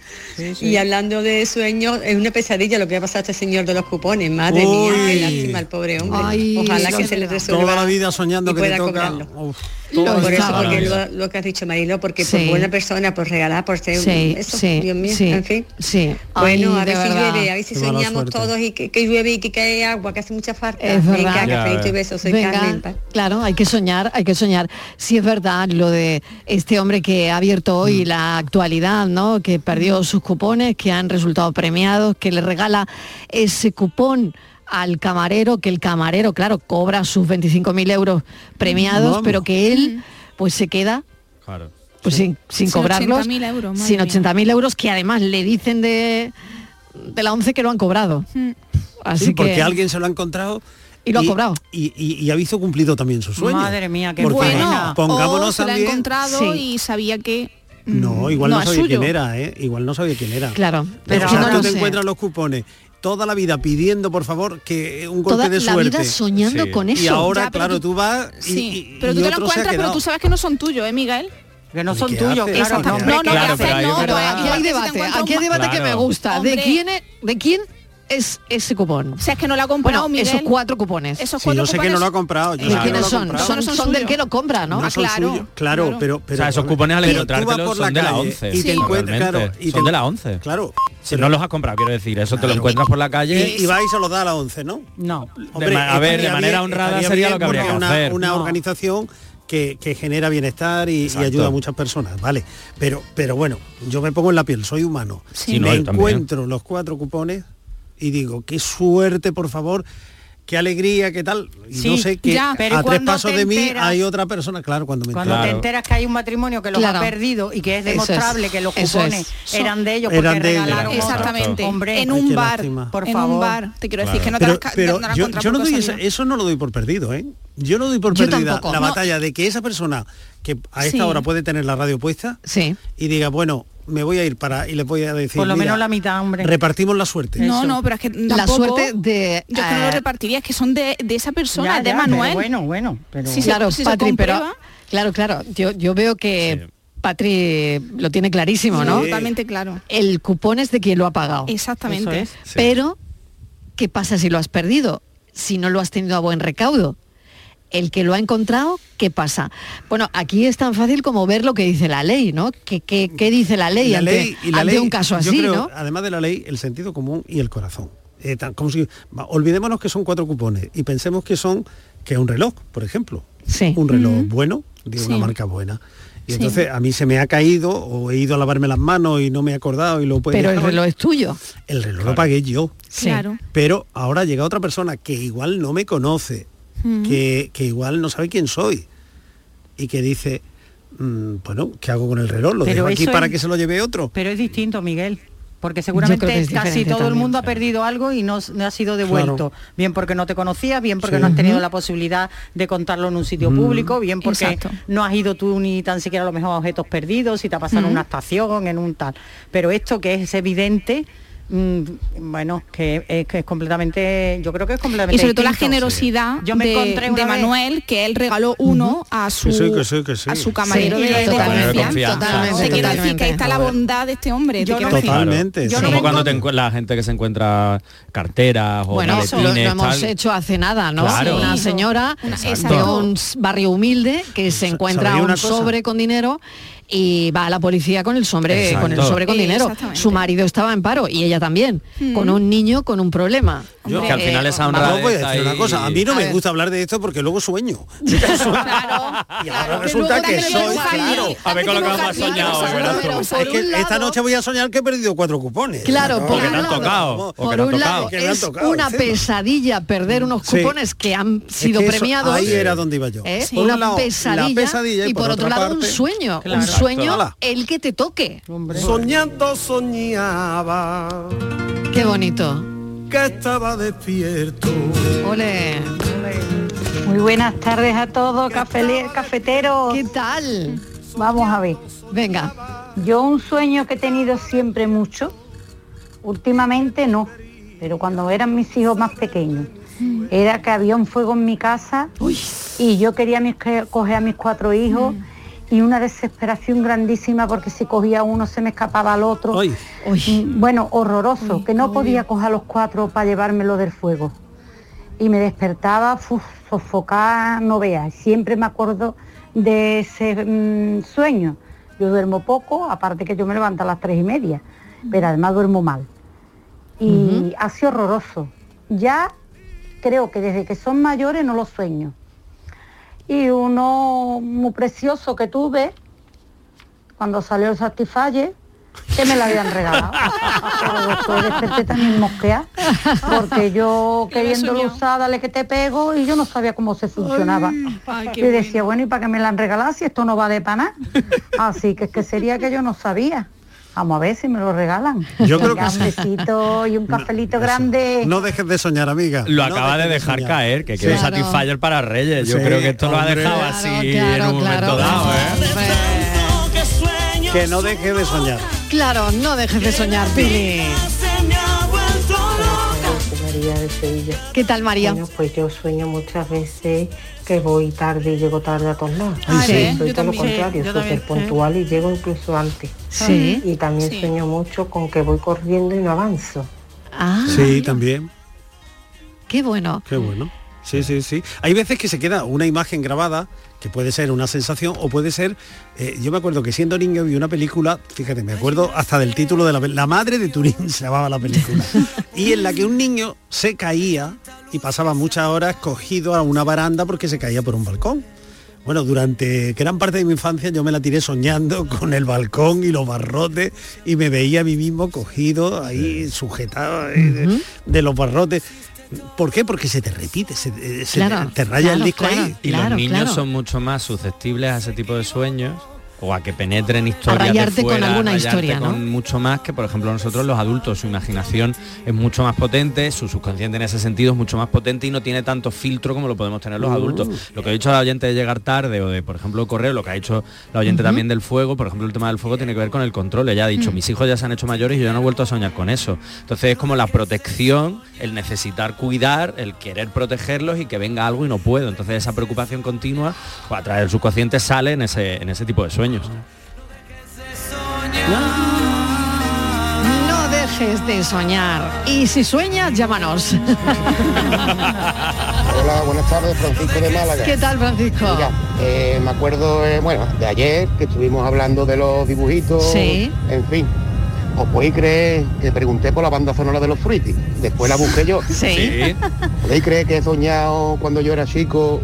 [SPEAKER 24] Y hablando de sueños, es una pesadilla lo que ha pasado a este señor de los cupones. Madre mía, qué
[SPEAKER 18] Uy.
[SPEAKER 24] lástima al pobre hombre.
[SPEAKER 18] Ay,
[SPEAKER 24] Ojalá
[SPEAKER 18] lo
[SPEAKER 24] que se le
[SPEAKER 18] verdad.
[SPEAKER 24] resuelva.
[SPEAKER 18] Toda la vida soñando
[SPEAKER 24] y
[SPEAKER 18] que le
[SPEAKER 24] pueda
[SPEAKER 18] toca.
[SPEAKER 24] cobrarlo.
[SPEAKER 18] Todo
[SPEAKER 24] Por
[SPEAKER 18] está
[SPEAKER 24] eso,
[SPEAKER 18] mal.
[SPEAKER 24] porque lo, lo que has dicho, Marilo, porque
[SPEAKER 14] Sí.
[SPEAKER 24] por buena persona, por regalar, por ser
[SPEAKER 14] Sí,
[SPEAKER 24] eso,
[SPEAKER 14] sí,
[SPEAKER 24] Dios mío,
[SPEAKER 14] sí,
[SPEAKER 24] en fin.
[SPEAKER 14] sí.
[SPEAKER 24] Bueno,
[SPEAKER 14] Ay,
[SPEAKER 24] a
[SPEAKER 14] de
[SPEAKER 24] ver si
[SPEAKER 14] verdad.
[SPEAKER 24] llueve, a ver si
[SPEAKER 14] Qué mala
[SPEAKER 24] soñamos
[SPEAKER 14] suerte.
[SPEAKER 24] todos y que, que llueve y que cae agua, que hace mucha falta.
[SPEAKER 14] Es verdad.
[SPEAKER 24] Venga, cafelito y besos, soy
[SPEAKER 14] Venga,
[SPEAKER 24] Carmen.
[SPEAKER 14] Claro, hay que soñar, hay que soñar. Si es verdad lo de este hombre que ha abierto hoy la actualidad, ¿no? Que perdió todos sus cupones, que han resultado premiados, que le regala ese cupón al camarero, que el camarero, claro, cobra sus 25.000 euros premiados,
[SPEAKER 10] Vamos.
[SPEAKER 14] pero que él pues se queda
[SPEAKER 16] Claro.
[SPEAKER 14] pues sin, sin
[SPEAKER 10] Mm. Sin
[SPEAKER 14] cobrarlos,
[SPEAKER 10] 80.000 euros, madre
[SPEAKER 14] sin
[SPEAKER 10] mía.
[SPEAKER 14] 80.000 euros que además le dicen de, de la 11 que lo han cobrado.
[SPEAKER 10] Mm.
[SPEAKER 14] Así
[SPEAKER 18] Sí, porque
[SPEAKER 14] que
[SPEAKER 18] alguien se lo ha encontrado.
[SPEAKER 14] Y lo ha cobrado.
[SPEAKER 18] Y, y- y ha visto cumplido también su sueño.
[SPEAKER 14] Madre mía, qué
[SPEAKER 18] Porque
[SPEAKER 14] buena.
[SPEAKER 18] Pongámonos
[SPEAKER 20] o se la ha
[SPEAKER 18] también-
[SPEAKER 20] encontrado y sabía que
[SPEAKER 18] No, igual
[SPEAKER 20] no,
[SPEAKER 18] no,
[SPEAKER 20] es
[SPEAKER 18] sabía
[SPEAKER 20] suyo.
[SPEAKER 18] quién era, ¿eh? Igual no sabía quién era.
[SPEAKER 14] Claro, pero
[SPEAKER 18] pero
[SPEAKER 14] no
[SPEAKER 18] tú
[SPEAKER 14] lo
[SPEAKER 18] te
[SPEAKER 14] sé.
[SPEAKER 18] encuentras los cupones toda la vida pidiendo, por favor, que un golpe
[SPEAKER 14] Toda
[SPEAKER 18] de
[SPEAKER 14] la
[SPEAKER 18] suerte.
[SPEAKER 14] vida soñando con
[SPEAKER 18] Y
[SPEAKER 14] eso.
[SPEAKER 18] ahora,
[SPEAKER 14] Ya, pero
[SPEAKER 18] claro,
[SPEAKER 14] tú-
[SPEAKER 18] tú, vas y,
[SPEAKER 20] sí,
[SPEAKER 18] y-
[SPEAKER 20] pero
[SPEAKER 18] y
[SPEAKER 20] tú te lo
[SPEAKER 18] otro se ha
[SPEAKER 20] encuentras, pero
[SPEAKER 18] quedado.
[SPEAKER 20] tú sabes que no son tuyos, ¿eh, Miguel?
[SPEAKER 18] Que no son ¿Qué tuyos, haces? claro,
[SPEAKER 20] Exactamente.
[SPEAKER 18] no,
[SPEAKER 20] No, no,
[SPEAKER 18] hombre,
[SPEAKER 20] ¿qué haces?
[SPEAKER 18] claro, pero
[SPEAKER 20] No, pero
[SPEAKER 18] ahí es verdad.
[SPEAKER 20] aquí
[SPEAKER 14] aquí hay
[SPEAKER 20] hay debate.
[SPEAKER 14] debate, aquí hay debate que me
[SPEAKER 18] Claro.
[SPEAKER 14] gusta. ¿De
[SPEAKER 20] Hombre.
[SPEAKER 14] quién es, de quién es ese cupón?
[SPEAKER 20] O sea, es que no lo ha comprado,
[SPEAKER 14] bueno,
[SPEAKER 20] Miguel.
[SPEAKER 14] esos cuatro cupones.
[SPEAKER 20] Esos
[SPEAKER 18] Sí, yo sé que no lo ha
[SPEAKER 20] cupones-
[SPEAKER 18] comprado. Yo
[SPEAKER 14] ¿De
[SPEAKER 18] sé que no
[SPEAKER 14] quiénes
[SPEAKER 18] lo ha
[SPEAKER 14] son?
[SPEAKER 18] comprado.
[SPEAKER 14] Son,
[SPEAKER 20] No son
[SPEAKER 14] son del
[SPEAKER 20] suyos.
[SPEAKER 14] que lo compra, ¿no?
[SPEAKER 18] No
[SPEAKER 14] Ah,
[SPEAKER 18] son
[SPEAKER 14] claro.
[SPEAKER 18] suyos. Claro,
[SPEAKER 14] Claro.
[SPEAKER 18] pero,
[SPEAKER 16] o sea, esos cupones al
[SPEAKER 18] Pero tú vas
[SPEAKER 16] encontrártelos
[SPEAKER 18] por
[SPEAKER 16] son
[SPEAKER 18] la
[SPEAKER 16] de la
[SPEAKER 18] calle
[SPEAKER 16] 11.
[SPEAKER 18] y te encuentras-
[SPEAKER 16] realmente,
[SPEAKER 18] claro, y
[SPEAKER 16] son
[SPEAKER 18] te-
[SPEAKER 16] de la 11.
[SPEAKER 18] Claro.
[SPEAKER 16] Si no los has comprado, quiero decir, eso te lo encuentras por la calle.
[SPEAKER 18] Y, y va y se los da a la 11, ¿no?
[SPEAKER 19] No.
[SPEAKER 16] De ma- a ver, de manera honrada sería lo que habría que
[SPEAKER 18] una,
[SPEAKER 16] hacer.
[SPEAKER 18] Una
[SPEAKER 16] No.
[SPEAKER 18] organización que, que genera bienestar y- y,
[SPEAKER 16] Exacto.
[SPEAKER 18] ayuda a muchas personas, ¿vale? Pero, pero bueno, yo me pongo en la piel, soy humano.
[SPEAKER 16] Sí. Sí, no,
[SPEAKER 18] me
[SPEAKER 16] yo también.
[SPEAKER 18] encuentro los cuatro cupones y digo, qué suerte, por favor. Qué alegría, qué tal. Y no
[SPEAKER 19] Sí,
[SPEAKER 18] sé que
[SPEAKER 19] ya,
[SPEAKER 18] a
[SPEAKER 19] pero
[SPEAKER 18] tres
[SPEAKER 19] cuando
[SPEAKER 18] pasos
[SPEAKER 19] te
[SPEAKER 18] de mí
[SPEAKER 19] enteras-
[SPEAKER 18] hay otra persona. Claro, cuando me
[SPEAKER 19] Cuando te enteras que hay un matrimonio que lo
[SPEAKER 18] Claro.
[SPEAKER 19] ha perdido y que es
[SPEAKER 18] Eso es,
[SPEAKER 19] demostrable que los
[SPEAKER 18] eso
[SPEAKER 19] cupones
[SPEAKER 18] es.
[SPEAKER 19] eran de ellos
[SPEAKER 18] Eran
[SPEAKER 19] porque
[SPEAKER 18] de ellos.
[SPEAKER 19] regalaron otro.
[SPEAKER 20] Exactamente.
[SPEAKER 19] Hombre,
[SPEAKER 20] en
[SPEAKER 18] Ay,
[SPEAKER 20] un
[SPEAKER 18] qué
[SPEAKER 20] bar,
[SPEAKER 18] lástima.
[SPEAKER 20] por
[SPEAKER 18] En
[SPEAKER 20] favor. En
[SPEAKER 18] un
[SPEAKER 20] un bar. Te quiero decir que no te
[SPEAKER 18] pero,
[SPEAKER 20] las ca-
[SPEAKER 18] pero
[SPEAKER 20] no las
[SPEAKER 18] yo,
[SPEAKER 20] contra
[SPEAKER 18] yo no
[SPEAKER 20] por
[SPEAKER 18] doy
[SPEAKER 20] cosa
[SPEAKER 18] esa- eso no lo doy por perdido, ¿eh? Yo no doy por
[SPEAKER 14] Yo
[SPEAKER 18] perdida
[SPEAKER 14] tampoco.
[SPEAKER 18] la
[SPEAKER 14] No.
[SPEAKER 18] batalla de que esa persona que a esta
[SPEAKER 14] Sí.
[SPEAKER 18] hora puede tener la radio puesta
[SPEAKER 14] Sí.
[SPEAKER 18] y diga, bueno, me voy a ir para y le voy a decir,
[SPEAKER 19] Por lo
[SPEAKER 18] "Mira,
[SPEAKER 19] menos la mitad, hombre.
[SPEAKER 18] repartimos la suerte.
[SPEAKER 20] No, no, pero es que
[SPEAKER 14] La
[SPEAKER 20] tampoco-
[SPEAKER 14] suerte de,
[SPEAKER 20] Yo creo que no lo
[SPEAKER 14] eh,
[SPEAKER 20] repartiría, es que son de, de esa persona,
[SPEAKER 14] Ya,
[SPEAKER 20] de
[SPEAKER 14] ya,
[SPEAKER 20] Manuel.
[SPEAKER 14] pero
[SPEAKER 19] bueno, bueno, pero
[SPEAKER 20] Si se-
[SPEAKER 14] claro,
[SPEAKER 20] si se
[SPEAKER 14] Patri, pero
[SPEAKER 20] comprueba-
[SPEAKER 14] claro, claro, yo, yo veo que Patri lo tiene clarísimo, ¿no?
[SPEAKER 20] Totalmente claro.
[SPEAKER 14] El cupón es de quien lo ha pagado.
[SPEAKER 20] Exactamente. Eso es. Sí.
[SPEAKER 14] Pero, ¿qué pasa si lo has perdido? Si no lo has tenido a buen recaudo. El que lo ha encontrado, ¿qué pasa? Bueno, aquí es tan fácil como ver lo que dice la ley, ¿no? ¿Qué, qué- qué dice la ley, ante, ante un caso
[SPEAKER 18] yo
[SPEAKER 14] así,
[SPEAKER 18] creo,
[SPEAKER 14] no?
[SPEAKER 18] Además de la ley, el sentido común y el corazón. Eh, tan- como si, va, olvidémonos que son cuatro cupones y pensemos que son que es un reloj, por ejemplo. Un reloj bueno de una
[SPEAKER 26] Sí.
[SPEAKER 18] marca buena. Y
[SPEAKER 26] Sí.
[SPEAKER 18] entonces a mí se me ha caído o he ido a lavarme las manos y no me he acordado y lo puedo
[SPEAKER 14] Pero el reloj es tuyo.
[SPEAKER 18] El reloj lo pagué yo.
[SPEAKER 14] Sí. Claro.
[SPEAKER 18] Pero ahora llega otra persona que igual no me conoce,
[SPEAKER 14] Mm.
[SPEAKER 18] que, que igual no sabe quién soy y que dice, mm, bueno, ¿qué hago con el reloj? ¿Lo
[SPEAKER 19] Pero
[SPEAKER 18] dejo aquí
[SPEAKER 19] eso
[SPEAKER 18] para
[SPEAKER 19] es-
[SPEAKER 18] que se lo lleve otro?
[SPEAKER 19] Pero es distinto, Miguel.
[SPEAKER 18] creo que
[SPEAKER 19] Porque seguramente
[SPEAKER 18] es
[SPEAKER 19] casi
[SPEAKER 18] diferente
[SPEAKER 19] todo el
[SPEAKER 18] también.
[SPEAKER 19] mundo ha perdido algo y no, s- no ha sido devuelto. Bien porque no te conocías, bien porque
[SPEAKER 18] Sí.
[SPEAKER 19] no has tenido
[SPEAKER 18] Ujú.
[SPEAKER 19] la posibilidad de contarlo en un sitio
[SPEAKER 18] Mm.
[SPEAKER 19] público, bien porque
[SPEAKER 18] Exacto.
[SPEAKER 19] no has ido tú ni tan siquiera a lo mejor a objetos perdidos, si te ha pasado en
[SPEAKER 18] Ujú.
[SPEAKER 19] una estación, en un tal. Pero esto que es evidente, mm, bueno, que es, que es completamente, yo creo que es completamente
[SPEAKER 20] Y sobre todo la
[SPEAKER 19] distinto.
[SPEAKER 20] generosidad
[SPEAKER 19] Yo me
[SPEAKER 20] de,
[SPEAKER 19] encontré
[SPEAKER 20] de
[SPEAKER 19] una vez-
[SPEAKER 20] Manuel, que él regaló uno a su,
[SPEAKER 18] Que sí, que sí, que sí.
[SPEAKER 20] a su camarero
[SPEAKER 18] Sí,
[SPEAKER 20] de, de
[SPEAKER 18] totalmente,
[SPEAKER 20] confianza.
[SPEAKER 18] totalmente,
[SPEAKER 20] Te quiero decir que ahí está la
[SPEAKER 18] totalmente.
[SPEAKER 20] bondad de este hombre. te quiero decir.
[SPEAKER 18] Totalmente,
[SPEAKER 16] Claro.
[SPEAKER 18] sí.
[SPEAKER 16] Como
[SPEAKER 18] Yo no
[SPEAKER 16] cuando te encuentras la gente que se encuentra carteras o
[SPEAKER 14] Bueno, eso lo, lo
[SPEAKER 16] maletines,
[SPEAKER 14] hemos
[SPEAKER 16] tal.
[SPEAKER 14] hecho hace nada, ¿no?
[SPEAKER 16] Claro.
[SPEAKER 14] Una
[SPEAKER 16] Sí.
[SPEAKER 14] señora
[SPEAKER 16] Exacto.
[SPEAKER 14] de un s- barrio humilde que se encuentra
[SPEAKER 16] ¿sabéis
[SPEAKER 14] un
[SPEAKER 16] una cosa?
[SPEAKER 14] sobre con dinero y va a la policía con el sobre
[SPEAKER 16] Exacto.
[SPEAKER 14] con el sobre con dinero.
[SPEAKER 20] Exactamente.
[SPEAKER 14] Su marido estaba en paro y ella también,
[SPEAKER 18] Mm.
[SPEAKER 14] con un niño con un problema.
[SPEAKER 18] Yo-
[SPEAKER 16] Que al final esa honradez
[SPEAKER 18] Yo voy a pues, decir
[SPEAKER 16] ahí-
[SPEAKER 18] una cosa, a mí no
[SPEAKER 14] A
[SPEAKER 18] me
[SPEAKER 14] ver.
[SPEAKER 18] gusta hablar de esto porque luego sueño. y ahora
[SPEAKER 14] que
[SPEAKER 18] resulta
[SPEAKER 14] luego
[SPEAKER 18] que,
[SPEAKER 14] también
[SPEAKER 18] soy
[SPEAKER 14] lo buscas ahí,
[SPEAKER 18] claro.
[SPEAKER 16] A ver con lo que vamos a soñar hoy, verás tú.
[SPEAKER 18] Es que esta noche voy a soñar que he perdido cuatro cupones.
[SPEAKER 14] Claro,
[SPEAKER 18] ¿no?
[SPEAKER 14] por
[SPEAKER 18] Que
[SPEAKER 14] un
[SPEAKER 18] me han
[SPEAKER 14] lado,
[SPEAKER 18] tocado, o que
[SPEAKER 14] por
[SPEAKER 18] me han
[SPEAKER 14] un lado,
[SPEAKER 18] tocado, que me han
[SPEAKER 14] es
[SPEAKER 18] tocado
[SPEAKER 14] una
[SPEAKER 18] encima.
[SPEAKER 14] pesadilla perder unos
[SPEAKER 18] Sí.
[SPEAKER 14] cupones que han
[SPEAKER 18] Es
[SPEAKER 14] sido
[SPEAKER 18] que eso-
[SPEAKER 14] premiados.
[SPEAKER 18] Ahí era donde iba yo.
[SPEAKER 14] ¿eh?
[SPEAKER 18] Por
[SPEAKER 14] una
[SPEAKER 18] un lado, la
[SPEAKER 14] pesadilla,
[SPEAKER 18] pesadilla
[SPEAKER 14] y por, otro
[SPEAKER 18] otra
[SPEAKER 14] lado un
[SPEAKER 18] parte-
[SPEAKER 14] sueño,
[SPEAKER 18] Claro.
[SPEAKER 14] un sueño
[SPEAKER 18] Ala.
[SPEAKER 14] el que te toque.
[SPEAKER 26] Soñando soñaba
[SPEAKER 14] Qué bonito.
[SPEAKER 26] que estaba despierto.
[SPEAKER 14] Ole.
[SPEAKER 11] Muy buenas tardes a todos, cafele- cafeteros.
[SPEAKER 14] ¿Qué tal?
[SPEAKER 11] Vamos a ver.
[SPEAKER 14] Venga.
[SPEAKER 11] Yo un sueño que he tenido siempre mucho, últimamente no, pero cuando eran mis hijos más pequeños,
[SPEAKER 14] Mm.
[SPEAKER 11] era que había un fuego en mi casa y yo quería mis- que- coger a mis cuatro hijos
[SPEAKER 14] Mm.
[SPEAKER 11] y una desesperación grandísima porque si cogía a uno se me escapaba al otro. Mm, Bueno, horroroso, que no podía coger a los cuatro para llevármelo del fuego. Y me despertaba fu, sofocada, no veas. Siempre me acuerdo de ese mm, sueño. Yo duermo poco, aparte que yo me levanto a las tres y media, pero además duermo mal. Y
[SPEAKER 27] Ujú.
[SPEAKER 11] ha sido horroroso. Ya creo que desde que son mayores no los sueño. Y uno muy precioso que tuve, cuando salió el Satisfyer, que me la habían regalado. Pero después desperté también mosquea, porque yo queriéndolo usar, dale que te pego, y yo no sabía cómo se funcionaba.
[SPEAKER 10] ay, qué
[SPEAKER 11] y decía, bueno, ¿y para qué me la han regalado si esto no vale para nada? Así que es que sería que yo no sabía. Vamos a ver si me lo regalan.
[SPEAKER 18] Yo creo que
[SPEAKER 11] Venga, un
[SPEAKER 18] sí.
[SPEAKER 11] besito y un cafelito grande.
[SPEAKER 18] No dejes de soñar, amiga.
[SPEAKER 16] Lo
[SPEAKER 18] No
[SPEAKER 16] acaba de
[SPEAKER 18] dejes
[SPEAKER 16] dejar
[SPEAKER 18] soñar.
[SPEAKER 16] caer, que
[SPEAKER 18] Sí.
[SPEAKER 16] quiere
[SPEAKER 18] Claro.
[SPEAKER 16] Satisfyer para Reyes. Yo
[SPEAKER 18] Sí,
[SPEAKER 16] creo que esto lo ha
[SPEAKER 18] hombre.
[SPEAKER 16] dejado así en un momento dado, ¿eh?
[SPEAKER 18] Que no deje de soñar.
[SPEAKER 14] Claro, no dejes de soñar, Pili.
[SPEAKER 10] María de Sevilla.
[SPEAKER 14] ¿Qué tal, María?
[SPEAKER 10] Bueno, pues yo sueño muchas veces que voy tarde y llego tarde a todos lados.
[SPEAKER 14] Ay, Ah, sí.
[SPEAKER 10] Yo soy
[SPEAKER 14] Yo
[SPEAKER 10] todo lo
[SPEAKER 14] también.
[SPEAKER 10] contrario,
[SPEAKER 14] Sí, yo
[SPEAKER 10] súper
[SPEAKER 14] también,
[SPEAKER 10] puntual y llego incluso antes.
[SPEAKER 14] Sí.
[SPEAKER 10] Y también sueño mucho con que voy corriendo y no avanzo.
[SPEAKER 14] Ah,
[SPEAKER 18] Sí, también.
[SPEAKER 14] qué bueno.
[SPEAKER 18] Qué bueno. Sí, sí, sí. Hay veces que se queda una imagen grabada, que puede ser una sensación o puede ser... eh, yo me acuerdo que siendo niño vi una película, fíjate, me acuerdo hasta del título de la pel- La madre de Turín se llamaba la película. y en la que un niño se caía y pasaba muchas horas cogido a una baranda porque se caía por un balcón. Bueno, durante gran parte de mi infancia yo me la tiré soñando con el balcón y los barrotes y me veía a mí mismo cogido ahí, sujetado eh, de, de los barrotes. ¿Por qué? Porque se te repite, se, eh, se
[SPEAKER 16] Claro,
[SPEAKER 18] te, te raya el
[SPEAKER 16] claro,
[SPEAKER 18] disco
[SPEAKER 16] claro,
[SPEAKER 18] ahí.
[SPEAKER 16] Y los niños
[SPEAKER 18] claro.
[SPEAKER 16] son mucho más susceptibles a ese tipo de sueños o a que penetren historias de
[SPEAKER 14] rayarte con
[SPEAKER 16] fuera, a
[SPEAKER 14] alguna
[SPEAKER 16] rayarte
[SPEAKER 14] historia, ¿no?
[SPEAKER 16] con mucho más que por ejemplo nosotros los adultos su imaginación es mucho más potente su subconsciente en ese sentido es mucho más potente y no tiene tanto filtro como lo podemos tener los
[SPEAKER 27] Uh.
[SPEAKER 16] adultos lo que ha dicho la oyente de llegar tarde o de por ejemplo correo lo que ha dicho la oyente también del fuego por ejemplo el tema del fuego tiene que ver con el control ella ha dicho
[SPEAKER 27] Mm.
[SPEAKER 16] mis hijos ya se han hecho mayores y yo ya no he vuelto a soñar con eso entonces es como la protección el necesitar cuidar el querer protegerlos y que venga algo y no puedo entonces esa preocupación continua pues, a través del subconsciente sale en ese en ese tipo de sueños
[SPEAKER 14] No dejes de soñar. Y si sueñas, llámanos.
[SPEAKER 28] Hola, buenas tardes, Francisco de Málaga.
[SPEAKER 14] ¿Qué tal, Francisco?
[SPEAKER 28] Mira, eh, me acuerdo, eh, bueno, de ayer que estuvimos hablando de los dibujitos,
[SPEAKER 14] Sí.
[SPEAKER 28] en fin. Os podéis creer que pregunté por la banda sonora de los Fruity, después la busqué yo.
[SPEAKER 14] Sí. Sí.
[SPEAKER 28] ¿Podéis creer que he soñado cuando yo era chico,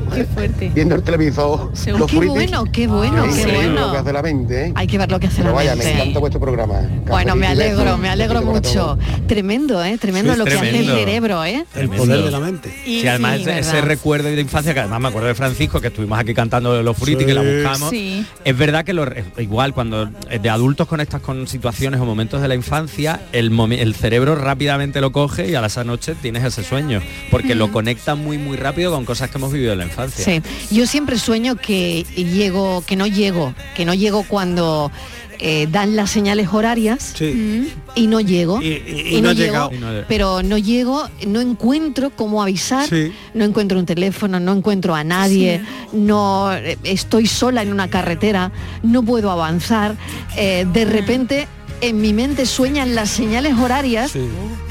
[SPEAKER 28] viendo el televisor, los
[SPEAKER 14] qué
[SPEAKER 28] Fruity?
[SPEAKER 14] bueno, qué bueno, qué
[SPEAKER 28] Increíble lo que
[SPEAKER 14] bueno.
[SPEAKER 28] hace la mente, ¿eh?
[SPEAKER 14] Hay que ver lo que hace
[SPEAKER 28] Pero
[SPEAKER 14] la
[SPEAKER 28] vaya, me
[SPEAKER 14] mente.
[SPEAKER 28] encanta vuestro programa.
[SPEAKER 14] Bueno,
[SPEAKER 28] Cafelito
[SPEAKER 14] me
[SPEAKER 28] y besos.
[SPEAKER 14] alegro, me alegro
[SPEAKER 28] Besito para
[SPEAKER 14] mucho. Tremendo, ¿eh? Tremendo
[SPEAKER 16] Sí,
[SPEAKER 14] lo que hace
[SPEAKER 16] tremendo.
[SPEAKER 14] el cerebro, ¿eh?
[SPEAKER 18] El poder de la mente.
[SPEAKER 16] Y
[SPEAKER 14] sí,
[SPEAKER 16] además ese, ese
[SPEAKER 14] ¿verdad?
[SPEAKER 16] recuerdo de infancia, que además me acuerdo de Francisco, que estuvimos aquí cantando de los frutis,
[SPEAKER 18] Sí.
[SPEAKER 16] que la buscamos.
[SPEAKER 14] Sí.
[SPEAKER 16] Es verdad que lo, re- igual cuando eh, de adultos conectas con situaciones o momentos de la infancia, el, momen- el cerebro rápidamente lo coge y a las noche tienes ese sueño, porque lo conecta muy muy rápido con cosas que hemos vivido en la infancia.
[SPEAKER 14] Mm. Sí. Yo siempre sueño que llego, que no llego, que no llego cuando eh, dan las señales horarias
[SPEAKER 16] Sí.
[SPEAKER 14] y no llego.
[SPEAKER 16] Y- y- y no ha llegado. Y no ha llegado.
[SPEAKER 14] Pero no llego, no encuentro cómo avisar,
[SPEAKER 16] Sí.
[SPEAKER 14] no encuentro un teléfono, no encuentro a nadie, no eh, estoy sola en una carretera, no puedo avanzar. eh, de repente en mi mente sueñan las señales horarias.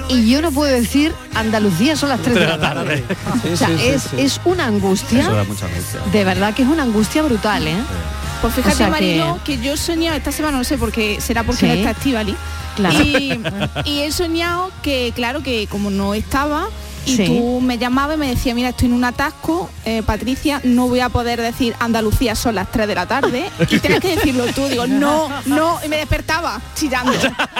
[SPEAKER 14] Y yo no puedo decir Andalucía son las 3 de la tarde.
[SPEAKER 16] Sí,
[SPEAKER 14] O sea,
[SPEAKER 16] sí, sí,
[SPEAKER 14] es,
[SPEAKER 16] sí.
[SPEAKER 14] es una angustia.
[SPEAKER 16] Eso da mucha angustia.
[SPEAKER 14] De verdad que es una angustia brutal, ¿eh?
[SPEAKER 20] Pues fíjate,
[SPEAKER 14] O sea que-
[SPEAKER 20] Marilo, que... yo he soñado esta semana, no sé por qué, será porque
[SPEAKER 14] Sí.
[SPEAKER 20] no está Estivali.
[SPEAKER 14] Claro.
[SPEAKER 20] Y, y he soñado que, claro, que como no estaba, y
[SPEAKER 14] Sí.
[SPEAKER 20] tú me llamabas y me decía, mira, estoy en un atasco, eh, Patricia, no voy a poder decir Andalucía son las 3 de la tarde. Y tienes que decirlo tú, digo, no, no, y me despertaba chillando.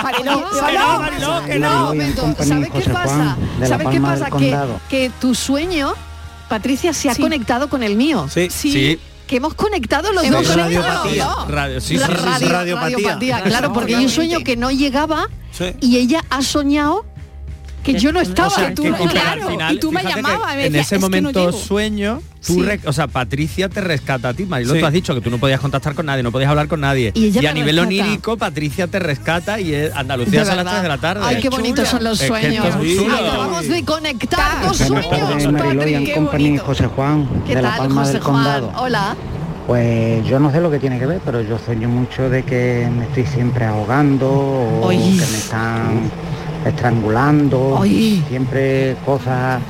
[SPEAKER 20] Mariló, digo,
[SPEAKER 14] No, que no,
[SPEAKER 20] no,
[SPEAKER 14] Mariló,
[SPEAKER 20] no,
[SPEAKER 14] que no.
[SPEAKER 20] no.
[SPEAKER 14] Un momento, ¿sabes qué pasa? ¿Sabes qué pasa? Que, que tu sueño, Patricia, se ha conectado con el mío.
[SPEAKER 16] Sí. Sí.
[SPEAKER 14] Que hemos conectado los
[SPEAKER 16] Hemos
[SPEAKER 14] dos.
[SPEAKER 16] conectado
[SPEAKER 14] los dos.
[SPEAKER 16] Radio, sí, sí, sí, sí.
[SPEAKER 14] Radio- radiopatía, claro, porque yo sueño que no llegaba y ella ha soñado que yo no estaba.
[SPEAKER 16] O sea,
[SPEAKER 14] Tú-
[SPEAKER 16] que con- pero al
[SPEAKER 14] claro,
[SPEAKER 16] final,
[SPEAKER 14] y tú me
[SPEAKER 16] fíjate que
[SPEAKER 14] llamabas. y me
[SPEAKER 16] en
[SPEAKER 14] decías,
[SPEAKER 16] ese
[SPEAKER 14] "Es que no
[SPEAKER 16] momento
[SPEAKER 14] llego".
[SPEAKER 16] sueño, tú
[SPEAKER 14] Sí.
[SPEAKER 16] re- o sea, Patricia te rescata a ti, Marilo,
[SPEAKER 18] Sí.
[SPEAKER 16] tú has dicho que tú no podías contactar con nadie, no podías hablar con nadie.
[SPEAKER 14] Y ella
[SPEAKER 16] a
[SPEAKER 14] me
[SPEAKER 16] nivel
[SPEAKER 14] rescata.
[SPEAKER 16] onírico, Patricia te rescata y es Andalucía
[SPEAKER 14] De
[SPEAKER 16] son las
[SPEAKER 14] verdad.
[SPEAKER 16] 3 de la tarde.
[SPEAKER 14] Ay, qué bonitos son los
[SPEAKER 16] Es que esto
[SPEAKER 14] sueños.
[SPEAKER 16] es muy chulo.
[SPEAKER 14] Acabamos de conectar dos
[SPEAKER 28] Buenas tardes,
[SPEAKER 14] sueños,
[SPEAKER 28] Mariló y
[SPEAKER 14] Patri.
[SPEAKER 28] en
[SPEAKER 14] Qué
[SPEAKER 28] Company,
[SPEAKER 14] bonito.
[SPEAKER 28] José Juan,
[SPEAKER 14] ¿Qué
[SPEAKER 28] de La
[SPEAKER 14] tal,
[SPEAKER 28] Palma
[SPEAKER 14] José
[SPEAKER 28] del
[SPEAKER 14] Juan?
[SPEAKER 28] Condado.
[SPEAKER 14] Hola.
[SPEAKER 28] Pues yo no sé lo que tiene que ver, pero yo sueño mucho de que me estoy siempre ahogando o
[SPEAKER 14] Oy.
[SPEAKER 28] que me están estrangulando,
[SPEAKER 14] Oy.
[SPEAKER 28] siempre cosas...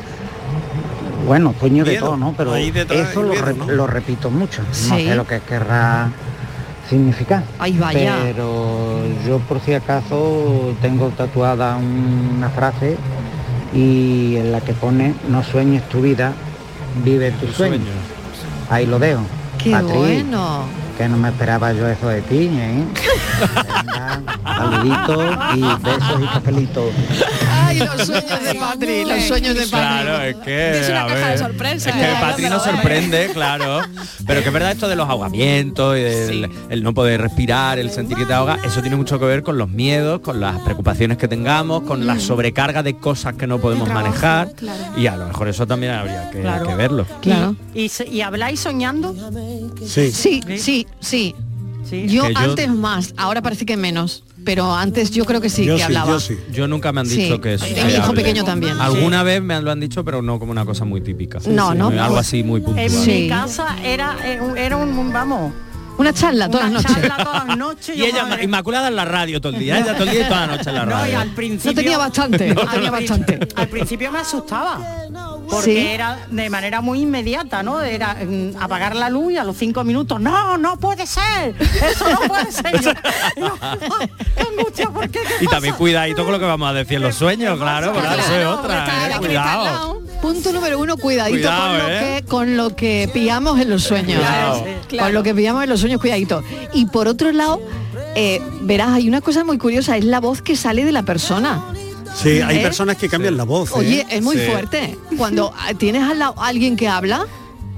[SPEAKER 28] Bueno, sueño de
[SPEAKER 18] Miedo.
[SPEAKER 28] todo, ¿no? Pero
[SPEAKER 18] Ahí detrás
[SPEAKER 28] eso
[SPEAKER 18] hay
[SPEAKER 28] lo,
[SPEAKER 18] miedo,
[SPEAKER 28] re-
[SPEAKER 18] ¿no?
[SPEAKER 28] lo repito mucho. No
[SPEAKER 18] Sí.
[SPEAKER 28] sé lo que querrá significar.
[SPEAKER 14] Ay, vaya.
[SPEAKER 28] Pero yo por si acaso tengo tatuada una frase y en la que pone no sueñes tu vida, vive tu sueño. Ahí lo dejo.
[SPEAKER 14] Qué
[SPEAKER 28] Patri,
[SPEAKER 14] bueno.
[SPEAKER 28] Que no me esperaba yo eso de ti, ¿eh? Venga, Saluditos y besos y cafelitos.
[SPEAKER 14] Ay, los sueños de Patri, los sueños de Patri.
[SPEAKER 16] Claro, es que.
[SPEAKER 14] Es una
[SPEAKER 16] a
[SPEAKER 14] caja de
[SPEAKER 16] ver,
[SPEAKER 14] sorpresas.
[SPEAKER 16] Es que
[SPEAKER 14] Claro,
[SPEAKER 16] Patri
[SPEAKER 14] pero
[SPEAKER 16] nos sorprende, claro. Pero que es verdad esto de los ahogamientos, y del- el no poder respirar, el sentir que te ahoga, eso tiene mucho que ver con los miedos, con las preocupaciones que tengamos, con
[SPEAKER 14] Mm.
[SPEAKER 16] la sobrecarga de cosas que no podemos manejar. Y a lo mejor eso también habría que,
[SPEAKER 19] Claro.
[SPEAKER 16] que verlo.
[SPEAKER 19] ¿Y, se- y habláis soñando?
[SPEAKER 16] Sí.
[SPEAKER 14] Sí, sí, sí. Yo
[SPEAKER 16] Que yo-
[SPEAKER 14] antes más, ahora parece que menos, pero antes yo creo que sí que hablaba.
[SPEAKER 16] Yo nunca me han
[SPEAKER 14] Sí.
[SPEAKER 16] dicho que eso.
[SPEAKER 14] Mi
[SPEAKER 16] se
[SPEAKER 14] hijo
[SPEAKER 16] hable.
[SPEAKER 14] pequeño también.
[SPEAKER 16] Alguna vez me lo han dicho, pero no como una cosa muy típica.
[SPEAKER 14] No, no.
[SPEAKER 16] Algo así muy puntual.
[SPEAKER 19] En mi casa era, eh, un- era un, vamos,
[SPEAKER 14] Una charla todas las noches.
[SPEAKER 19] todas las noches.
[SPEAKER 16] Y ella, Inmaculada en la radio todo el día, ella todo el día y toda la noche en la radio.
[SPEAKER 19] al principio,
[SPEAKER 14] No tenía bastante,
[SPEAKER 19] No,
[SPEAKER 14] tenía
[SPEAKER 19] al
[SPEAKER 14] bastante.
[SPEAKER 19] pri- Al principio me asustaba. Porque
[SPEAKER 14] Sí.
[SPEAKER 19] era de manera muy inmediata, ¿no? Era mm, apagar la luz y a los cinco minutos, no, no puede ser, eso no puede ser. Yo,
[SPEAKER 16] Y también cuidadito con lo que vamos a decir en los sueños, claro, porque
[SPEAKER 14] Claro,
[SPEAKER 16] eso es otra.
[SPEAKER 14] está
[SPEAKER 16] ¿eh?
[SPEAKER 14] la que está al
[SPEAKER 16] Cuidado.
[SPEAKER 14] lado. Punto número uno, cuidadito
[SPEAKER 16] Cuidado,
[SPEAKER 14] con, lo
[SPEAKER 16] ¿eh?
[SPEAKER 14] que, con lo que pillamos en los sueños.
[SPEAKER 16] Cuidado.
[SPEAKER 14] Con lo que pillamos en los sueños, cuidadito. Y por otro lado, eh, verás, hay una cosa muy curiosa, es la voz que sale de la persona.
[SPEAKER 18] Sí, hay
[SPEAKER 14] ¿Eh?
[SPEAKER 18] personas que cambian la voz. ¿eh?
[SPEAKER 14] Oye, es muy
[SPEAKER 18] Sí.
[SPEAKER 14] fuerte. Cuando ah, tienes al lado a alguien que habla,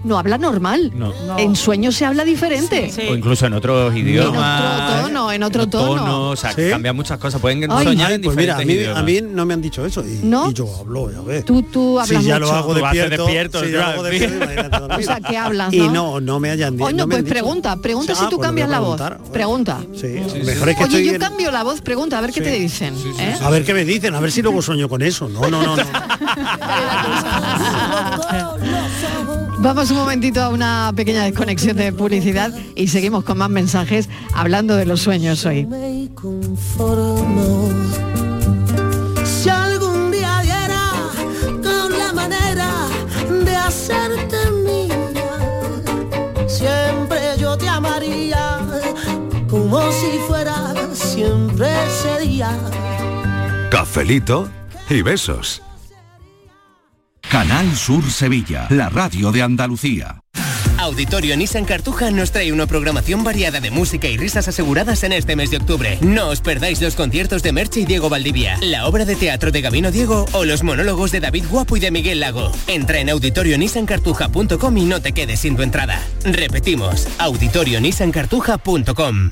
[SPEAKER 14] no habla normal.
[SPEAKER 16] No.
[SPEAKER 14] En sueños se habla diferente.
[SPEAKER 16] O incluso en otros idiomas. Eh,
[SPEAKER 14] En otro tono, en otro tono.
[SPEAKER 16] tono, o sea, que cambian muchas cosas. Pueden
[SPEAKER 18] Ay,
[SPEAKER 16] soñar en
[SPEAKER 18] pues mira,
[SPEAKER 16] diferentes
[SPEAKER 18] a mí,
[SPEAKER 16] idiomas.
[SPEAKER 18] a mí no me han dicho eso y,
[SPEAKER 14] ¿No?
[SPEAKER 18] y yo hablo, ya ves.
[SPEAKER 14] Tú, tú hablas
[SPEAKER 18] si ya
[SPEAKER 14] mucho.
[SPEAKER 18] lo hago
[SPEAKER 16] Tú haces
[SPEAKER 18] despierto,
[SPEAKER 16] despierto,
[SPEAKER 18] si ya
[SPEAKER 16] yo
[SPEAKER 18] lo hago
[SPEAKER 16] en fin.
[SPEAKER 18] despierto, imagínate dormido.
[SPEAKER 14] O sea, que hablas,
[SPEAKER 18] Y
[SPEAKER 14] ¿no?
[SPEAKER 18] no, no me hayan dicho.
[SPEAKER 14] Oye,
[SPEAKER 18] no me
[SPEAKER 14] pues
[SPEAKER 18] han dicho.
[SPEAKER 14] pregunta, pregunta
[SPEAKER 18] Ah,
[SPEAKER 14] si tú
[SPEAKER 18] pues
[SPEAKER 14] cambias
[SPEAKER 18] voy a
[SPEAKER 14] la voz.
[SPEAKER 18] preguntar.
[SPEAKER 14] Pregunta.
[SPEAKER 18] Sí, mejor es que
[SPEAKER 14] Oye,
[SPEAKER 18] estoy
[SPEAKER 14] yo
[SPEAKER 18] en-
[SPEAKER 14] cambio la voz, pregunta, a ver qué te dicen. ¿eh?
[SPEAKER 18] A ver qué me dicen, a ver si luego sueño con eso. No, no, no, no.
[SPEAKER 14] Vamos un momentito a una pequeña desconexión de publicidad y seguimos con más mensajes hablando de los sueños hoy.
[SPEAKER 21] me conformo. Si algún día diera con la manera de hacerte mía, siempre yo te amaría como si fuera siempre ese día.
[SPEAKER 27] Cafelito y besos. Canal Sur Sevilla, la radio de Andalucía.
[SPEAKER 29] Auditorio Nissan Cartuja nos trae una programación variada de música y risas aseguradas en este mes de octubre. No os perdáis los conciertos de Merche y Diego Valdivia, la obra de teatro de Gabino Diego o los monólogos de David Guapo y de Miguel Lago. Entra en auditorionissancartuja.com y no te quedes sin tu entrada. Repetimos, auditorionissancartuja.com.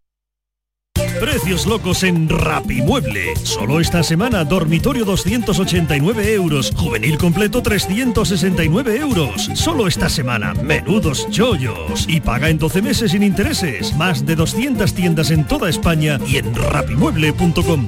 [SPEAKER 30] Precios locos en Rapimueble. Solo esta semana, dormitorio 289 euros, juvenil completo 369 euros. Solo esta semana, menudos chollos. Y paga en 12 meses sin intereses. Más de 200 tiendas en toda España y en rapimueble.com.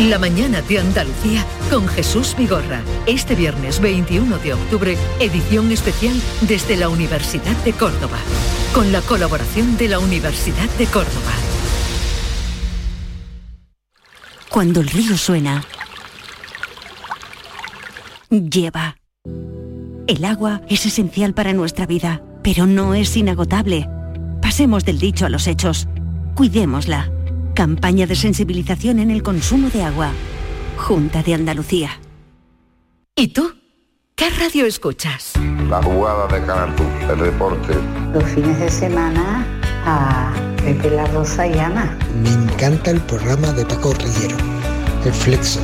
[SPEAKER 4] La mañana de Andalucía con Jesús Vigorra. Este viernes 21 de octubre, edición especial desde la Universidad de Córdoba. Con la colaboración de la Universidad de Córdoba.
[SPEAKER 30] Cuando el río suena,
[SPEAKER 11] lleva. El agua es esencial para nuestra vida, pero no es inagotable. Pasemos del dicho a los hechos. Cuidémosla. Campaña de sensibilización en el consumo de agua. Junta de Andalucía.
[SPEAKER 4] ¿Y tú? ¿Qué radio escuchas?
[SPEAKER 26] La jugada de Canal Sur, el deporte.
[SPEAKER 31] Los fines de semana a Pepe La Rosa y Ana.
[SPEAKER 32] Me encanta el programa de Paco Rillero, El Flexo.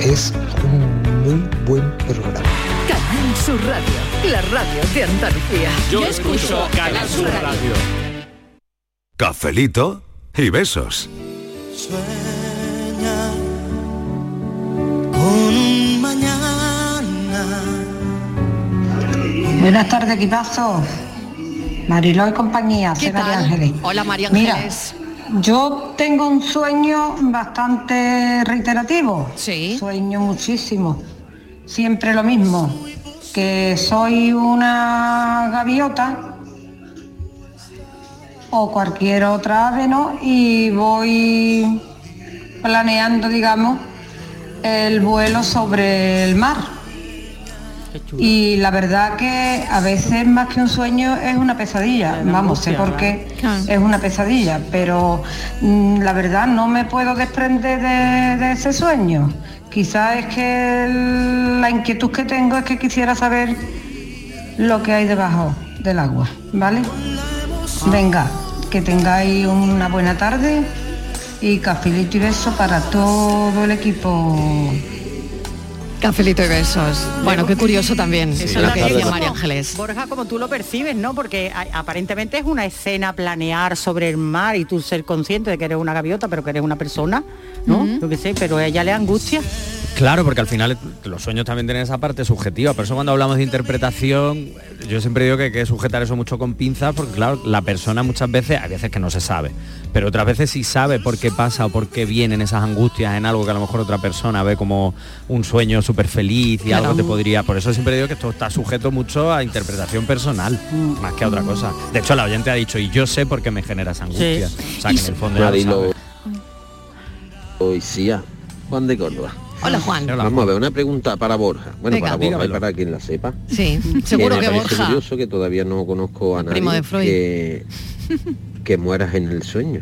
[SPEAKER 32] Es un muy buen programa.
[SPEAKER 4] Canal Sur Radio, la radio de Andalucía.
[SPEAKER 11] Yo escucho Canal Sur Radio.
[SPEAKER 6] Cafelito y besos.
[SPEAKER 7] Sueña con un mañana.
[SPEAKER 31] Buenas tardes, equipazo. Mariló y compañía,
[SPEAKER 14] ¿Qué
[SPEAKER 31] soy María
[SPEAKER 14] tal?
[SPEAKER 31] Ángeles.
[SPEAKER 14] Hola, María
[SPEAKER 31] Mira,
[SPEAKER 14] Ángeles.
[SPEAKER 31] yo tengo un sueño bastante reiterativo. Sueño muchísimo. Siempre lo mismo. Que soy una gaviota o cualquier otra ave, ¿no? Y voy planeando, digamos, el vuelo sobre el mar. Y la verdad que a veces más que un sueño es una pesadilla. Vamos, sé
[SPEAKER 33] angustia,
[SPEAKER 31] por qué es una pesadilla, pero mm, la verdad no me puedo desprender de, de ese sueño. Quizás es que el- la inquietud que tengo es que quisiera saber lo que hay debajo del agua, ¿vale? Venga, que tengáis una buena tarde y cafelito y beso para todo el equipo.
[SPEAKER 14] Cafelito y besos. Bueno, qué curioso también
[SPEAKER 19] Eso
[SPEAKER 14] lo que
[SPEAKER 19] también
[SPEAKER 14] decía
[SPEAKER 19] como-
[SPEAKER 14] María Ángeles.
[SPEAKER 19] Borja, como tú lo percibes, ¿no? Porque a- aparentemente es una escena planear sobre el mar y tú ser consciente de que eres una gaviota, pero que eres una persona, ¿no? Yo qué sé, pero a ella le angustia.
[SPEAKER 16] Claro, porque al final eh, los sueños también tienen esa parte subjetiva. Por eso cuando hablamos de interpretación, eh, yo siempre digo que hay que sujetar eso mucho con pinzas, porque claro, la persona muchas veces, hay veces que no se sabe, pero otras veces sí sabe por qué pasa o por qué vienen esas angustias en algo que a lo mejor otra persona ve como un sueño súper feliz y
[SPEAKER 34] Claro.
[SPEAKER 16] algo te podría. Por eso siempre digo que esto está sujeto mucho a interpretación personal,
[SPEAKER 14] Mm.
[SPEAKER 16] más que a otra cosa. De hecho, la oyente ha dicho, y yo sé por qué me genera esa angustia. O sea, que en el fondo ya lo
[SPEAKER 34] Marilo.
[SPEAKER 16] sabe.
[SPEAKER 34] Hoy sí, ah. Juan de Córdoba.
[SPEAKER 14] Hola, Juan.
[SPEAKER 34] Vamos a ver, una pregunta para Borja. Bueno,
[SPEAKER 14] Venga,
[SPEAKER 34] para Borja y
[SPEAKER 14] dígamelo.
[SPEAKER 34] para quien la sepa.
[SPEAKER 14] Sí, seguro
[SPEAKER 34] me
[SPEAKER 14] que
[SPEAKER 34] parece
[SPEAKER 14] Borja.
[SPEAKER 34] curioso que todavía no conozco a nadie
[SPEAKER 14] primo de Freud.
[SPEAKER 34] Que, que mueras en el sueño.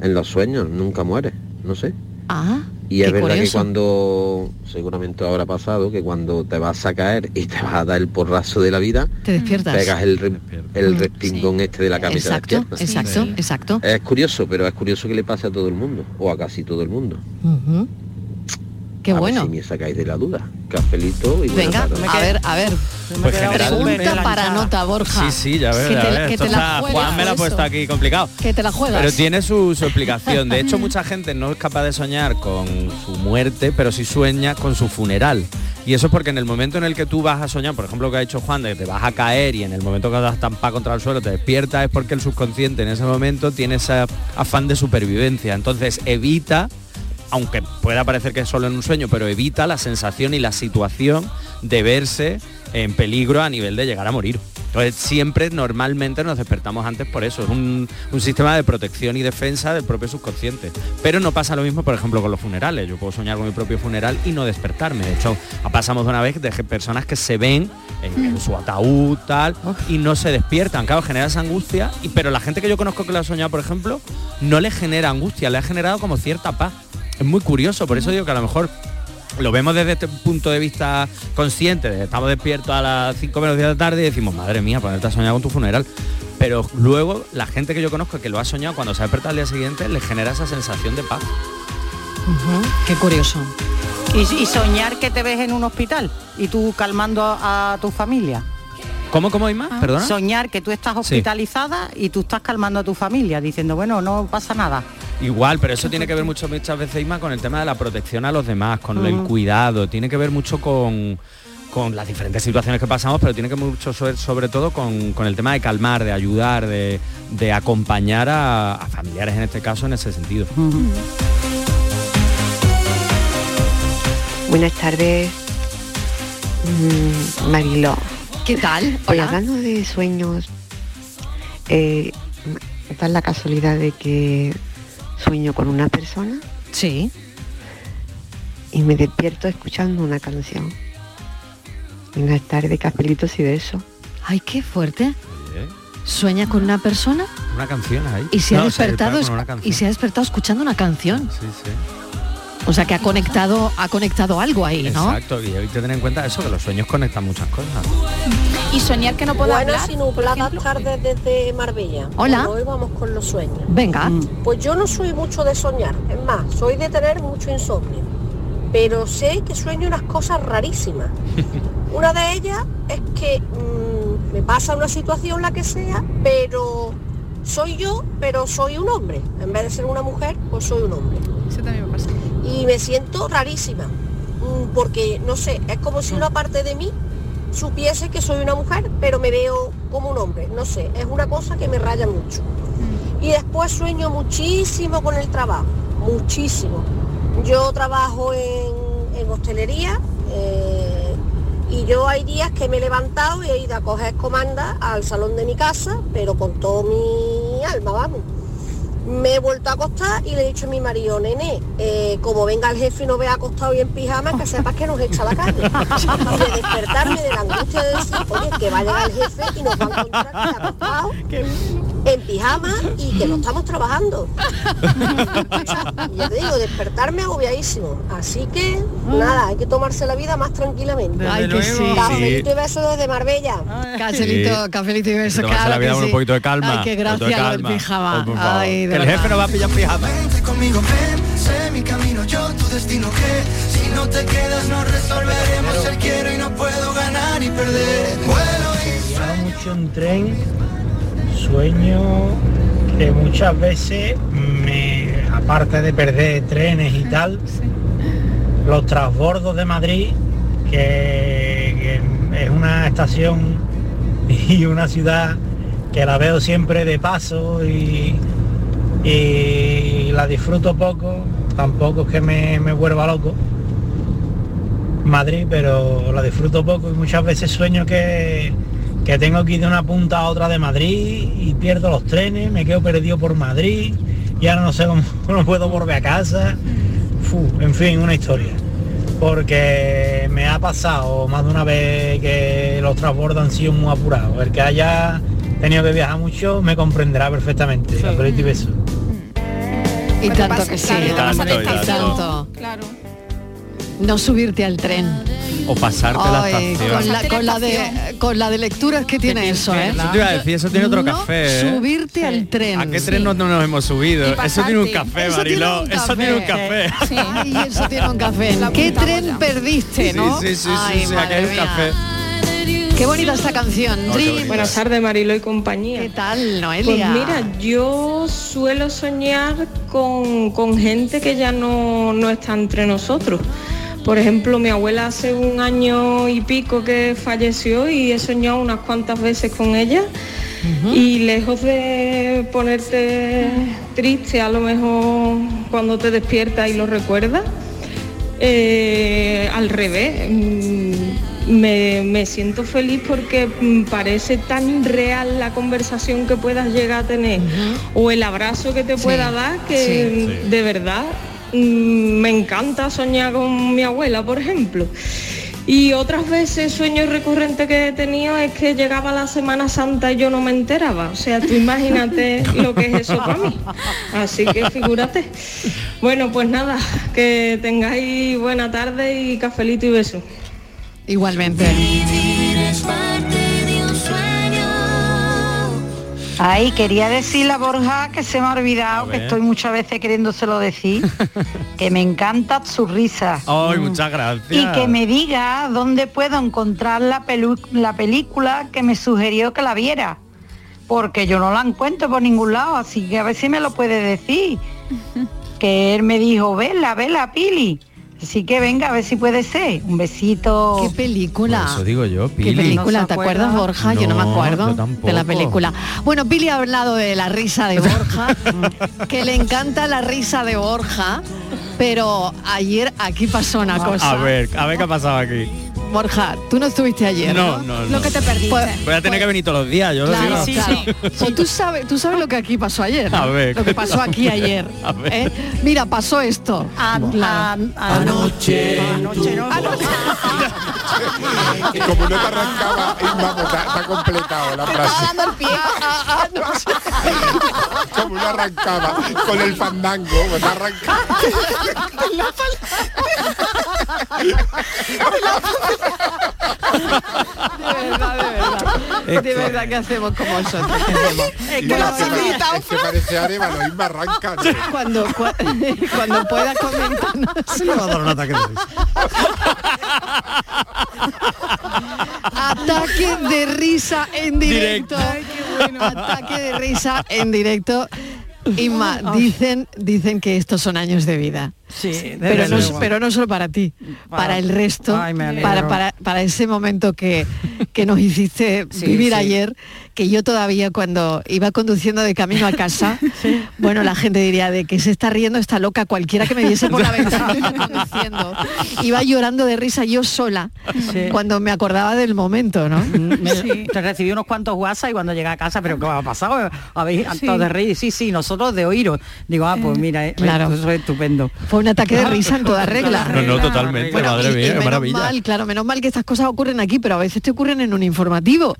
[SPEAKER 34] En los sueños nunca mueres, no sé.
[SPEAKER 14] Ah,
[SPEAKER 34] Y es
[SPEAKER 14] qué
[SPEAKER 34] verdad que
[SPEAKER 14] curioso.
[SPEAKER 34] cuando, seguramente ahora ha pasado, que cuando te vas a caer y te vas a dar el porrazo de la vida,
[SPEAKER 14] Te despiertas.
[SPEAKER 34] pegas el, re- el respingón este de la camisa
[SPEAKER 14] Mm, Exacto, exacto, exacto.
[SPEAKER 34] Es curioso, pero es curioso que le pase a todo el mundo, o a casi todo el mundo.
[SPEAKER 16] Eh,
[SPEAKER 14] Ujú. Qué
[SPEAKER 34] A ver
[SPEAKER 14] bueno.
[SPEAKER 34] si me sacáis de la duda. Cafelito y buenas
[SPEAKER 14] Venga,
[SPEAKER 34] tardes.
[SPEAKER 14] a ver, a ver.
[SPEAKER 16] Pues generalmente-
[SPEAKER 14] Pregunta para nota, Borja.
[SPEAKER 16] Sí, sí, ya ves,
[SPEAKER 14] Que
[SPEAKER 16] ya
[SPEAKER 14] te-
[SPEAKER 16] ves.
[SPEAKER 14] que
[SPEAKER 16] Esto
[SPEAKER 14] te la
[SPEAKER 16] está-
[SPEAKER 14] juegas
[SPEAKER 16] Juan me la ha
[SPEAKER 14] eso.
[SPEAKER 16] puesto aquí complicado.
[SPEAKER 14] Que te la juegas.
[SPEAKER 16] Pero tiene su, su explicación. De hecho, mucha gente no es capaz de soñar con su muerte, pero sí sueña con su funeral. Y eso es porque en el momento en el que tú vas a soñar, por ejemplo, lo que ha dicho Juan, de que te vas a caer y en el momento que das tampa contra el suelo te despiertas, es porque el subconsciente en ese momento tiene ese afán de supervivencia. Entonces evita aunque pueda parecer que es solo en un sueño, pero evita la sensación y la situación de verse en peligro a nivel de llegar a morir. Entonces siempre normalmente nos despertamos antes por eso. Es un, un sistema de protección y defensa del propio subconsciente. Pero no pasa lo mismo, por ejemplo, con los funerales. Yo puedo soñar con mi propio funeral y no despertarme. De hecho, pasamos de una vez de personas que se ven en, en su ataúd, tal, y no se despiertan. Claro, genera esa angustia. Y, pero la gente que yo conozco que lo ha soñado, por ejemplo, no le genera angustia, le ha generado como cierta paz. Es muy curioso, por eso digo que a lo mejor lo vemos desde este punto de vista consciente, de estamos despiertos a las 5 menos 10 de la tarde y decimos, madre mía, ponerte a soñar con tu funeral. Pero luego la gente que yo conozco que lo ha soñado cuando se ha despertado al día siguiente le genera esa sensación de paz.
[SPEAKER 14] Ujú, Qué curioso.
[SPEAKER 19] Y, y soñar que te ves en un hospital y tú calmando a, a tu familia.
[SPEAKER 16] ¿Cómo, cómo hay más? Perdona.
[SPEAKER 19] Ah. Soñar que tú estás hospitalizada y tú estás calmando a tu familia, diciendo, bueno, no pasa nada.
[SPEAKER 16] Igual, pero eso tiene que ver mucho muchas veces Isma con el tema de la protección a los demás, con el
[SPEAKER 19] Ujú.
[SPEAKER 16] cuidado, tiene que ver mucho con con las diferentes situaciones que pasamos, pero tiene que mucho sobre, sobre todo con, con el tema de calmar, de ayudar, de, de acompañar a, a familiares en este caso en ese sentido.
[SPEAKER 25] Buenas tardes, mm, Mariló.
[SPEAKER 14] ¿Qué tal?
[SPEAKER 25] Pues hablando de sueños, eh, da la casualidad de que sueño con una persona.
[SPEAKER 14] Sí.
[SPEAKER 25] y me despierto escuchando una canción. Buenas tardes, capelitos y besos.
[SPEAKER 14] Ay, qué fuerte. ¿Sueña con una persona?
[SPEAKER 16] Una canción ahí.
[SPEAKER 14] Y se, ha
[SPEAKER 16] No,
[SPEAKER 14] despertado,
[SPEAKER 16] despierta con una
[SPEAKER 14] escu-
[SPEAKER 16] canción.
[SPEAKER 14] y se ha despertado escuchando una canción.
[SPEAKER 16] Sí, sí.
[SPEAKER 14] O sea que ha conectado, ha conectado algo ahí, ¿no?
[SPEAKER 16] Exacto, y hay que tener en cuenta eso, que los sueños conectan muchas cosas.
[SPEAKER 14] Y soñar que no puedo
[SPEAKER 35] Buenas y nubladas tardes desde Marbella.
[SPEAKER 14] eh. Hola.
[SPEAKER 35] Bueno, hoy vamos con los sueños.
[SPEAKER 14] Venga.
[SPEAKER 16] Mm.
[SPEAKER 35] Pues yo no soy mucho de soñar, es más, soy de tener mucho insomnio. Pero sé que sueño unas cosas rarísimas. Una de ellas es que mm, me pasa una situación la que sea, pero soy yo, pero soy un hombre. En vez de ser una mujer, pues soy un hombre. Eso también me pasa. Y me siento rarísima, mm, porque no sé, es como si una parte de mí supiese que soy una mujer, pero me veo como un hombre. No sé, es una cosa que me raya mucho. Y después sueño muchísimo con el trabajo, muchísimo. Yo trabajo en, en hostelería eh, y yo hay días que me he levantado y he ido a coger comanda al salón de mi casa, pero con todo mi alma, vamos. Me he vuelto a acostar y le he dicho a mi marido, nene, eh, como venga el jefe y no vea acostado y en pijama, que sepas que nos echa a la calle. Y de despertarme de la angustia de decir, oye, que va a llegar el jefe y nos va a encontrar que acostado en pijama y que no estamos trabajando. Y ya te digo, despertarme agobiadísimo. Así que,
[SPEAKER 14] Mm.
[SPEAKER 35] nada, hay que tomarse la vida más tranquilamente.
[SPEAKER 14] Ay, que sí.
[SPEAKER 35] Cafelito y besos desde Marbella.
[SPEAKER 14] Cafelito, cafelito y beso,
[SPEAKER 16] tomarse
[SPEAKER 14] claro
[SPEAKER 16] la vida
[SPEAKER 14] que
[SPEAKER 16] con un
[SPEAKER 14] sí.
[SPEAKER 16] poquito de calma,
[SPEAKER 14] Ay, qué
[SPEAKER 16] un poquito de
[SPEAKER 14] gracia lo
[SPEAKER 16] calma.
[SPEAKER 14] del pijama.
[SPEAKER 16] Oh, por favor.
[SPEAKER 14] Ay, de
[SPEAKER 16] Que el
[SPEAKER 14] verdad.
[SPEAKER 16] jefe no va a pillar pijama.
[SPEAKER 7] Vente conmigo, ven, sé mi camino, yo tu destino que si no te quedas no resolveremos el quiero y no puedo ganar y perder. Vuelo y
[SPEAKER 10] Viajo mucho en tren, sueño que muchas veces me, aparte de perder trenes y tal, los transbordos de Madrid, que, que es una estación y una ciudad que la veo siempre de paso y, y la disfruto poco, tampoco es que me, me vuelva loco. Madrid, pero la disfruto poco y muchas veces sueño que, que tengo que ir de una punta a otra de Madrid y pierdo los trenes, me quedo perdido por Madrid y ahora no sé cómo no puedo volver a casa. Fu, en fin, una historia. Porque me ha pasado más de una vez que los transbordos han sido muy apurados. El que haya tenido que viajar mucho me comprenderá perfectamente. Cafelito y besos.
[SPEAKER 14] Y
[SPEAKER 10] Cuando
[SPEAKER 14] tanto
[SPEAKER 10] pasa-
[SPEAKER 14] que sí.
[SPEAKER 10] claro,
[SPEAKER 14] ¿no?
[SPEAKER 10] cuando pasa
[SPEAKER 14] Y
[SPEAKER 10] despacio.
[SPEAKER 14] tanto. No subirte al tren.
[SPEAKER 16] O pasarte la
[SPEAKER 14] Ay,
[SPEAKER 16] estación.
[SPEAKER 14] con, la, con la de, eh, con la de lecturas que tiene eso, ¿eh?
[SPEAKER 16] Eso te iba a decir, eso tiene otro
[SPEAKER 14] No
[SPEAKER 16] café. ¿eh?
[SPEAKER 14] Subirte al tren.
[SPEAKER 16] ¿A qué tren no, no nos hemos subido? Eso tiene un café,
[SPEAKER 14] Eso tiene
[SPEAKER 16] Mariló.
[SPEAKER 14] un
[SPEAKER 16] Eso tiene un café.
[SPEAKER 14] Ay, eso tiene un café. ¿Qué tren perdiste, no?
[SPEAKER 16] Sí, sí, sí,
[SPEAKER 14] Ay,
[SPEAKER 16] sí, aquí
[SPEAKER 14] madre
[SPEAKER 16] hay un
[SPEAKER 14] mía.
[SPEAKER 16] café.
[SPEAKER 14] Qué bonita esta canción.
[SPEAKER 16] Oh, qué
[SPEAKER 14] Dream.
[SPEAKER 16] bonita.
[SPEAKER 36] Buenas tardes, Marilo y compañía. ¿Qué
[SPEAKER 14] tal, Noelia?
[SPEAKER 36] Pues mira, yo suelo soñar con, con gente que ya no, no está entre nosotros. Por ejemplo, mi abuela hace un año y pico que falleció y he soñado unas cuantas veces con ella. Y lejos de ponerte triste, a lo mejor cuando te despiertas y lo recuerdas, eh, al revés, mm, me, me siento feliz porque mm, parece tan real la conversación que puedas llegar a tener o el abrazo que te pueda dar que mm, de verdad mm, me encanta soñar con mi abuela, por ejemplo. Y otras veces sueño recurrente que he tenido es que llegaba la Semana Santa y yo no me enteraba. O sea, tú imagínate lo que es eso para mí. Así que figúrate. Bueno, pues nada, que tengáis buena tarde y cafelito y beso.
[SPEAKER 14] Igualmente.
[SPEAKER 11] Ay, quería decirle a Borja que se me ha olvidado, que
[SPEAKER 16] ver.
[SPEAKER 11] estoy muchas veces queriéndoselo decir, que me encanta su risa.
[SPEAKER 16] Ay, muchas gracias.
[SPEAKER 11] Y que me diga dónde puedo encontrar la, pelu- la película que me sugirió que la viera. Porque yo no la encuentro por ningún lado, así que a ver si me lo puede decir. Que él me dijo, vela, vela, Pili. Así que venga, a ver si puede ser. Un besito. ¿Qué
[SPEAKER 14] película?
[SPEAKER 16] Eso digo yo,
[SPEAKER 14] ¿Qué
[SPEAKER 16] Pili.
[SPEAKER 14] película? ¿Te acuerdas, Borja? yo no me
[SPEAKER 16] No,
[SPEAKER 14] acuerdo
[SPEAKER 16] yo
[SPEAKER 14] de la
[SPEAKER 16] tampoco.
[SPEAKER 14] película. Bueno, Pili ha hablado de la risa de Borja, que le encanta la risa de Borja, pero ayer aquí pasó una cosa.
[SPEAKER 16] A ver, a ver qué ha pasado aquí.
[SPEAKER 14] Borja, tú no estuviste ayer.
[SPEAKER 16] No,
[SPEAKER 14] No, Pues,
[SPEAKER 16] no, no. Lo que te
[SPEAKER 14] perdiste.
[SPEAKER 16] Voy a tener que venir todos los días, yo lo
[SPEAKER 14] Claro,
[SPEAKER 16] digo.
[SPEAKER 14] claro. O tú sabes, tú sabes lo que aquí pasó ayer. ¿no?
[SPEAKER 16] A ver.
[SPEAKER 14] Lo que pasó aquí ayer.
[SPEAKER 16] A ver.
[SPEAKER 14] ¿eh? Mira, pasó esto.
[SPEAKER 16] Ah,
[SPEAKER 26] Anoche.
[SPEAKER 14] Anoche no.
[SPEAKER 26] Como no te arrancaba, Ah, y vamos, está, está completado la frase.
[SPEAKER 14] dando el pie.
[SPEAKER 26] Como no arrancaba con el fandango, pues arrancaba.
[SPEAKER 14] De verdad, de verdad, ¿qué hacemos con vosotros? ¿Qué hacemos?
[SPEAKER 26] Y bueno, es que pare- es que parece Arevalo, y me arranca. ¿no?
[SPEAKER 14] Cuando, cua- cuando pueda comentarnos.
[SPEAKER 24] Se le va a dar un ataque de risa.
[SPEAKER 14] Ataque de risa en
[SPEAKER 24] Directo.
[SPEAKER 14] directo. Ataque de risa en directo. Inma, dicen, dicen que estos son años de vida.
[SPEAKER 19] Sí, desde
[SPEAKER 14] pero no,
[SPEAKER 19] luego.
[SPEAKER 14] pero no solo para ti, para,
[SPEAKER 19] Para-
[SPEAKER 14] el resto,
[SPEAKER 19] Ay, me alegro.
[SPEAKER 14] para, para, para ese momento que, que nos hiciste
[SPEAKER 19] Sí,
[SPEAKER 14] vivir
[SPEAKER 19] sí.
[SPEAKER 14] ayer, que yo todavía cuando iba conduciendo de camino a casa, bueno, la gente diría de que se está riendo esta loca cualquiera que me viese por la ventana conduciendo. Iba llorando de risa yo sola
[SPEAKER 19] Sí. Mm,
[SPEAKER 14] cuando me acordaba del momento, ¿no?
[SPEAKER 19] Me- Te recibí unos cuantos WhatsApp y cuando llegué a casa, pero ¿qué ha pasado? Habéis
[SPEAKER 14] Sí.
[SPEAKER 19] hartado de reír. Sí, sí, nosotros de oíros. Digo, ah, pues mira, eh,
[SPEAKER 14] claro.
[SPEAKER 19] eso es estupendo.
[SPEAKER 14] Fue un ataque de risa en toda regla.
[SPEAKER 16] No, no, totalmente, madre mía, qué
[SPEAKER 14] menos
[SPEAKER 16] maravilla.
[SPEAKER 14] mal, claro, menos mal que estas cosas ocurren aquí, pero a veces te ocurren en un informativo.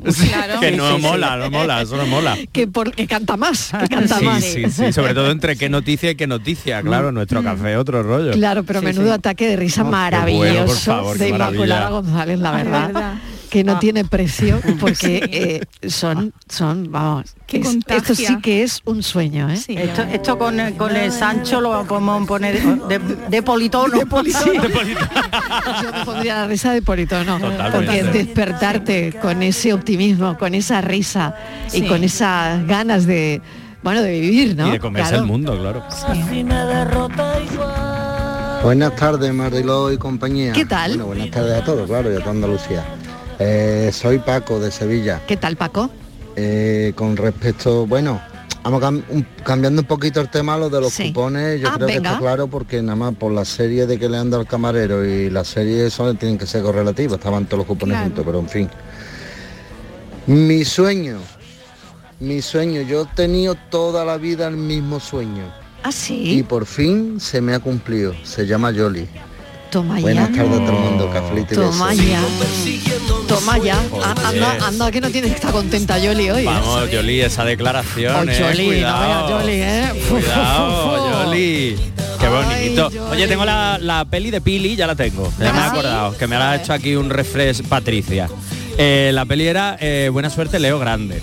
[SPEAKER 16] que no mola, no mola, eso no mola.
[SPEAKER 14] Que, por, que canta más, que canta
[SPEAKER 16] Sí,
[SPEAKER 14] más.
[SPEAKER 16] sí, sí, sobre todo entre qué noticia y qué noticia, claro, nuestro café otro rollo.
[SPEAKER 14] Claro, pero menudo ataque de risa maravilloso
[SPEAKER 16] bueno, por favor,
[SPEAKER 14] de
[SPEAKER 16] qué maravilla. Ah,
[SPEAKER 14] Inmaculada González, la verdad. Que no tiene precio porque eh, son, son, vamos,
[SPEAKER 19] Que
[SPEAKER 14] es- esto
[SPEAKER 19] contagia.
[SPEAKER 14] sí que es un sueño, ¿eh?
[SPEAKER 19] Esto, esto con, el- con el Sancho lo vamos a poner de, de- de politono. De
[SPEAKER 14] Yo me pondría la risa de Politono, porque
[SPEAKER 19] Totalmente.
[SPEAKER 14] despertarte con ese optimismo, con esa risa
[SPEAKER 19] Sí.
[SPEAKER 14] y con esas ganas de, bueno, de vivir, ¿no?
[SPEAKER 16] Y de comerse
[SPEAKER 14] Claro.
[SPEAKER 16] el mundo, claro.
[SPEAKER 28] Buenas tardes, Mariló y compañía.
[SPEAKER 14] ¿Qué tal?
[SPEAKER 28] Bueno, buenas tardes a todos, claro, y a toda Andalucía. Eh, soy Paco de Sevilla.
[SPEAKER 14] ¿Qué tal, Paco?
[SPEAKER 28] Eh, con respecto, bueno, vamos cam- un- cambiando un poquito el tema, lo de los
[SPEAKER 14] Sí.
[SPEAKER 28] cupones, yo
[SPEAKER 14] Ah,
[SPEAKER 28] creo que
[SPEAKER 14] venga.
[SPEAKER 28] está claro porque nada más por la serie de que le han dado al camarero y la serie son, tienen que ser correlativas, estaban todos los cupones
[SPEAKER 29] Claro.
[SPEAKER 28] juntos, pero en fin. Mi sueño, mi sueño, yo he tenido toda la vida el mismo sueño.
[SPEAKER 14] Ah, sí.
[SPEAKER 28] Y por fin se me ha cumplido, se llama Yoli.
[SPEAKER 14] Toma ya.
[SPEAKER 28] Buenas tardes a todo el mundo, cafelito y
[SPEAKER 14] Toma
[SPEAKER 28] besos.
[SPEAKER 14] ya. Toma ya. A-
[SPEAKER 16] Joder.
[SPEAKER 14] Anda, anda, que no tienes que estar contenta, Yoli, hoy. ¿eh?
[SPEAKER 16] Vamos, Jolie, esa declaración.
[SPEAKER 14] Oh,
[SPEAKER 16] eh,
[SPEAKER 14] Yoli, no
[SPEAKER 16] cuidado.
[SPEAKER 14] veas, Yoli, ¿eh? Fu, fu, fu, fu.
[SPEAKER 16] Cuidado, Yoli. Qué bonito. Oye, tengo la, la peli de Pili, ya la tengo. Ya
[SPEAKER 14] ¿Ah,
[SPEAKER 16] me he acordado, que me la ha hecho aquí un refresh Patricia. Eh, la peli era eh, Buena suerte, Leo Grande.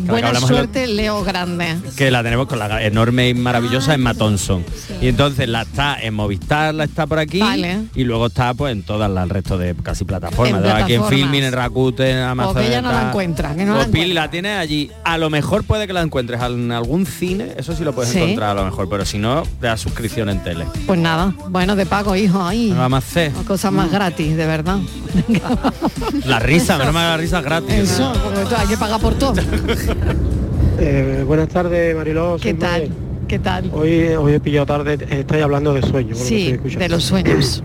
[SPEAKER 16] que la que
[SPEAKER 14] Buena
[SPEAKER 16] hablamos el otro-
[SPEAKER 14] suerte, Leo Grande.
[SPEAKER 16] que la tenemos con la enorme y
[SPEAKER 14] Ah,
[SPEAKER 16] maravillosa Emma Thompson. Y entonces la está en Movistar, la está por aquí
[SPEAKER 14] Vale.
[SPEAKER 16] y luego está pues en todas las el resto de casi plataformas.
[SPEAKER 14] En
[SPEAKER 16] ¿verdad? Aquí en
[SPEAKER 14] plataformas.
[SPEAKER 16] Filmin, en Rakuten, en Amazon.
[SPEAKER 14] Porque ella no la
[SPEAKER 16] tal.
[SPEAKER 14] encuentra, que no la
[SPEAKER 16] Pues Pili la tiene allí. A lo mejor puede que la encuentres en algún cine, eso sí lo puedes
[SPEAKER 14] Sí.
[SPEAKER 16] encontrar a lo mejor, pero si no, la suscripción en tele.
[SPEAKER 14] Pues nada, bueno, de pago, hijo, ahí.
[SPEAKER 16] No vamos a hacer. Mm.
[SPEAKER 14] Cosas más gratis, de verdad.
[SPEAKER 16] La risa, menos mal que la risa es gratis.
[SPEAKER 14] Eso, porque tú Pues hay que pagar por todo.
[SPEAKER 23] Eh, buenas tardes, Mariló. ¿Qué tal?
[SPEAKER 14] ¿Qué tal?
[SPEAKER 23] Hoy, hoy he pillado tarde, estáis hablando de sueños. por lo que
[SPEAKER 14] Sí,
[SPEAKER 23] estoy escuchando.
[SPEAKER 14] de los sueños.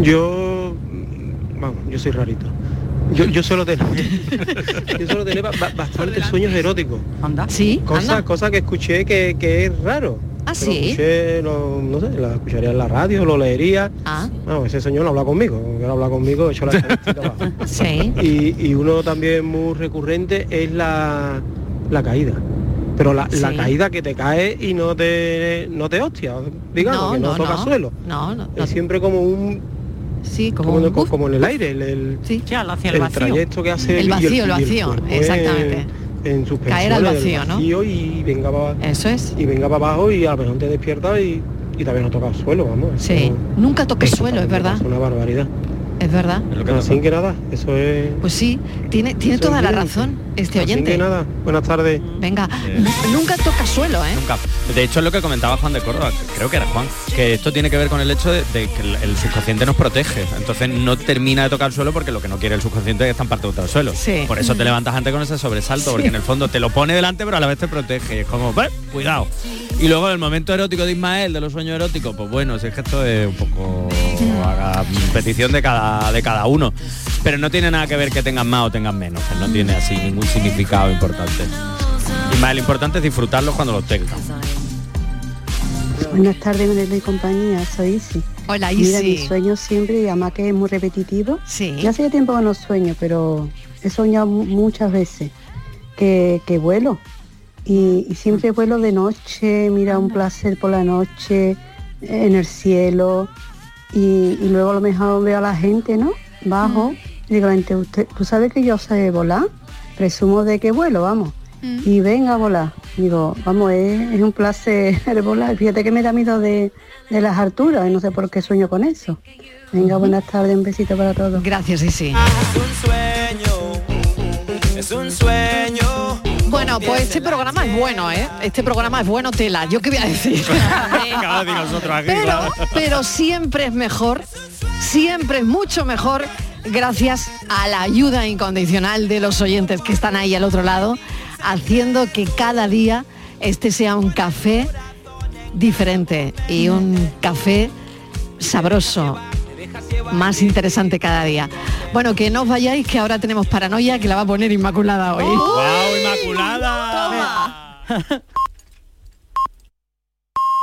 [SPEAKER 23] Yo, mm, vamos, yo soy rarito. Yo, yo suelo tener, yo suelo tener ba- ba- bastantes sueños eróticos.
[SPEAKER 14] ¿Anda? Sí,
[SPEAKER 23] Cosas,
[SPEAKER 14] anda.
[SPEAKER 23] cosas que escuché que, que es raro.
[SPEAKER 14] Ah,
[SPEAKER 23] Que
[SPEAKER 14] sí.
[SPEAKER 23] Lo escuché, lo- no sé, la escucharía en la radio, lo leería.
[SPEAKER 14] Ah.
[SPEAKER 23] No, ese señor no habla conmigo. no habla conmigo, he hecho la estadística abajo. Y, y uno también muy recurrente es la, la caída. Pero la, la
[SPEAKER 14] Sí.
[SPEAKER 23] caída que te cae y no te no te hostia, digamos,
[SPEAKER 14] No,
[SPEAKER 23] que no,
[SPEAKER 14] no,
[SPEAKER 23] toca
[SPEAKER 14] no.
[SPEAKER 23] suelo.
[SPEAKER 14] No, no.
[SPEAKER 23] Es siempre como un
[SPEAKER 14] sí,
[SPEAKER 23] como, en el- como en el aire, el, el,
[SPEAKER 19] hacia
[SPEAKER 23] el trayecto que hace
[SPEAKER 14] El
[SPEAKER 23] y
[SPEAKER 14] vacío,
[SPEAKER 23] y
[SPEAKER 14] el vacío,
[SPEAKER 23] cuerpo
[SPEAKER 14] exactamente.
[SPEAKER 23] En, en suspensión,
[SPEAKER 14] Caer al
[SPEAKER 23] en el
[SPEAKER 14] vacío, ¿no?
[SPEAKER 23] vacío Y venga para
[SPEAKER 14] Eso es.
[SPEAKER 23] Y venga para abajo y a lo mejor te despiertas y, y también no toca suelo, vamos.
[SPEAKER 14] Sí. Nunca toques suelo, es verdad.
[SPEAKER 23] Es una barbaridad.
[SPEAKER 14] Es verdad.
[SPEAKER 23] Así que nada, eso es
[SPEAKER 14] Pues sí, tiene, tiene
[SPEAKER 23] Eso
[SPEAKER 14] toda
[SPEAKER 23] es
[SPEAKER 14] la
[SPEAKER 23] bien.
[SPEAKER 14] razón. este
[SPEAKER 23] Así
[SPEAKER 14] oyente.
[SPEAKER 23] que nada, buenas tardes.
[SPEAKER 14] Venga,
[SPEAKER 16] Eh.
[SPEAKER 14] nu- nunca toca suelo, ¿eh?
[SPEAKER 16] Nunca. De hecho, es lo que comentaba Juan de Córdoba, que creo que era Juan, que esto tiene que ver con el hecho de, de que el, el subconsciente nos protege. Entonces no termina de tocar el suelo porque lo que no quiere el subconsciente es estar parte del suelo.
[SPEAKER 14] Sí.
[SPEAKER 16] Por eso te levantas antes con ese sobresalto, porque en el fondo te lo pone delante, pero a la vez te protege. Es como, "Ve, cuidado. Y luego el momento erótico de Ismael, de los sueños eróticos, pues bueno, si es que esto es un poco a petición de cada, de cada uno. Pero no tiene nada que ver que tengas más o tengas menos, que no tiene así ningún significado importante. Y más lo importante es disfrutarlos cuando los tengas.
[SPEAKER 25] Buenas tardes, Manuel y compañía, soy Isi.
[SPEAKER 14] Hola,
[SPEAKER 25] Mira,
[SPEAKER 14] Isi.
[SPEAKER 25] mi sueño siempre, y además que es muy repetitivo.
[SPEAKER 14] Sí.
[SPEAKER 25] Ya hace tiempo que no sueño, pero he soñado mu- muchas veces que, que vuelo. Y, y siempre vuelo de noche, mira, un placer por la noche, en el cielo. Y, y luego a lo mejor veo a la gente, ¿no? Bajo. Y digo, gente, usted, tú sabes que yo sé volar. Presumo de que vuelo, vamos. Y venga a volar. Digo, vamos, es, es un placer volar. Fíjate que me da miedo de, de las alturas y no sé por qué sueño con eso. Venga, buenas tardes, un besito para todos.
[SPEAKER 14] Gracias, y sí.
[SPEAKER 21] Es un sueño.
[SPEAKER 14] Bueno, pues este programa es bueno, ¿eh? Este programa es bueno, tela. Yo qué voy a decir.
[SPEAKER 16] Cada día nosotros aquí,
[SPEAKER 14] Pero,
[SPEAKER 16] claro.
[SPEAKER 14] pero siempre es mejor, siempre es mucho mejor gracias a la ayuda incondicional de los oyentes que están ahí al otro lado, haciendo que cada día este sea un café diferente y un café sabroso, más interesante cada día. Bueno, que no os vayáis, que ahora ¿eh? tenemos paranoia, que la va a poner Inmaculada hoy.
[SPEAKER 16] ¡Guau, Inmaculada!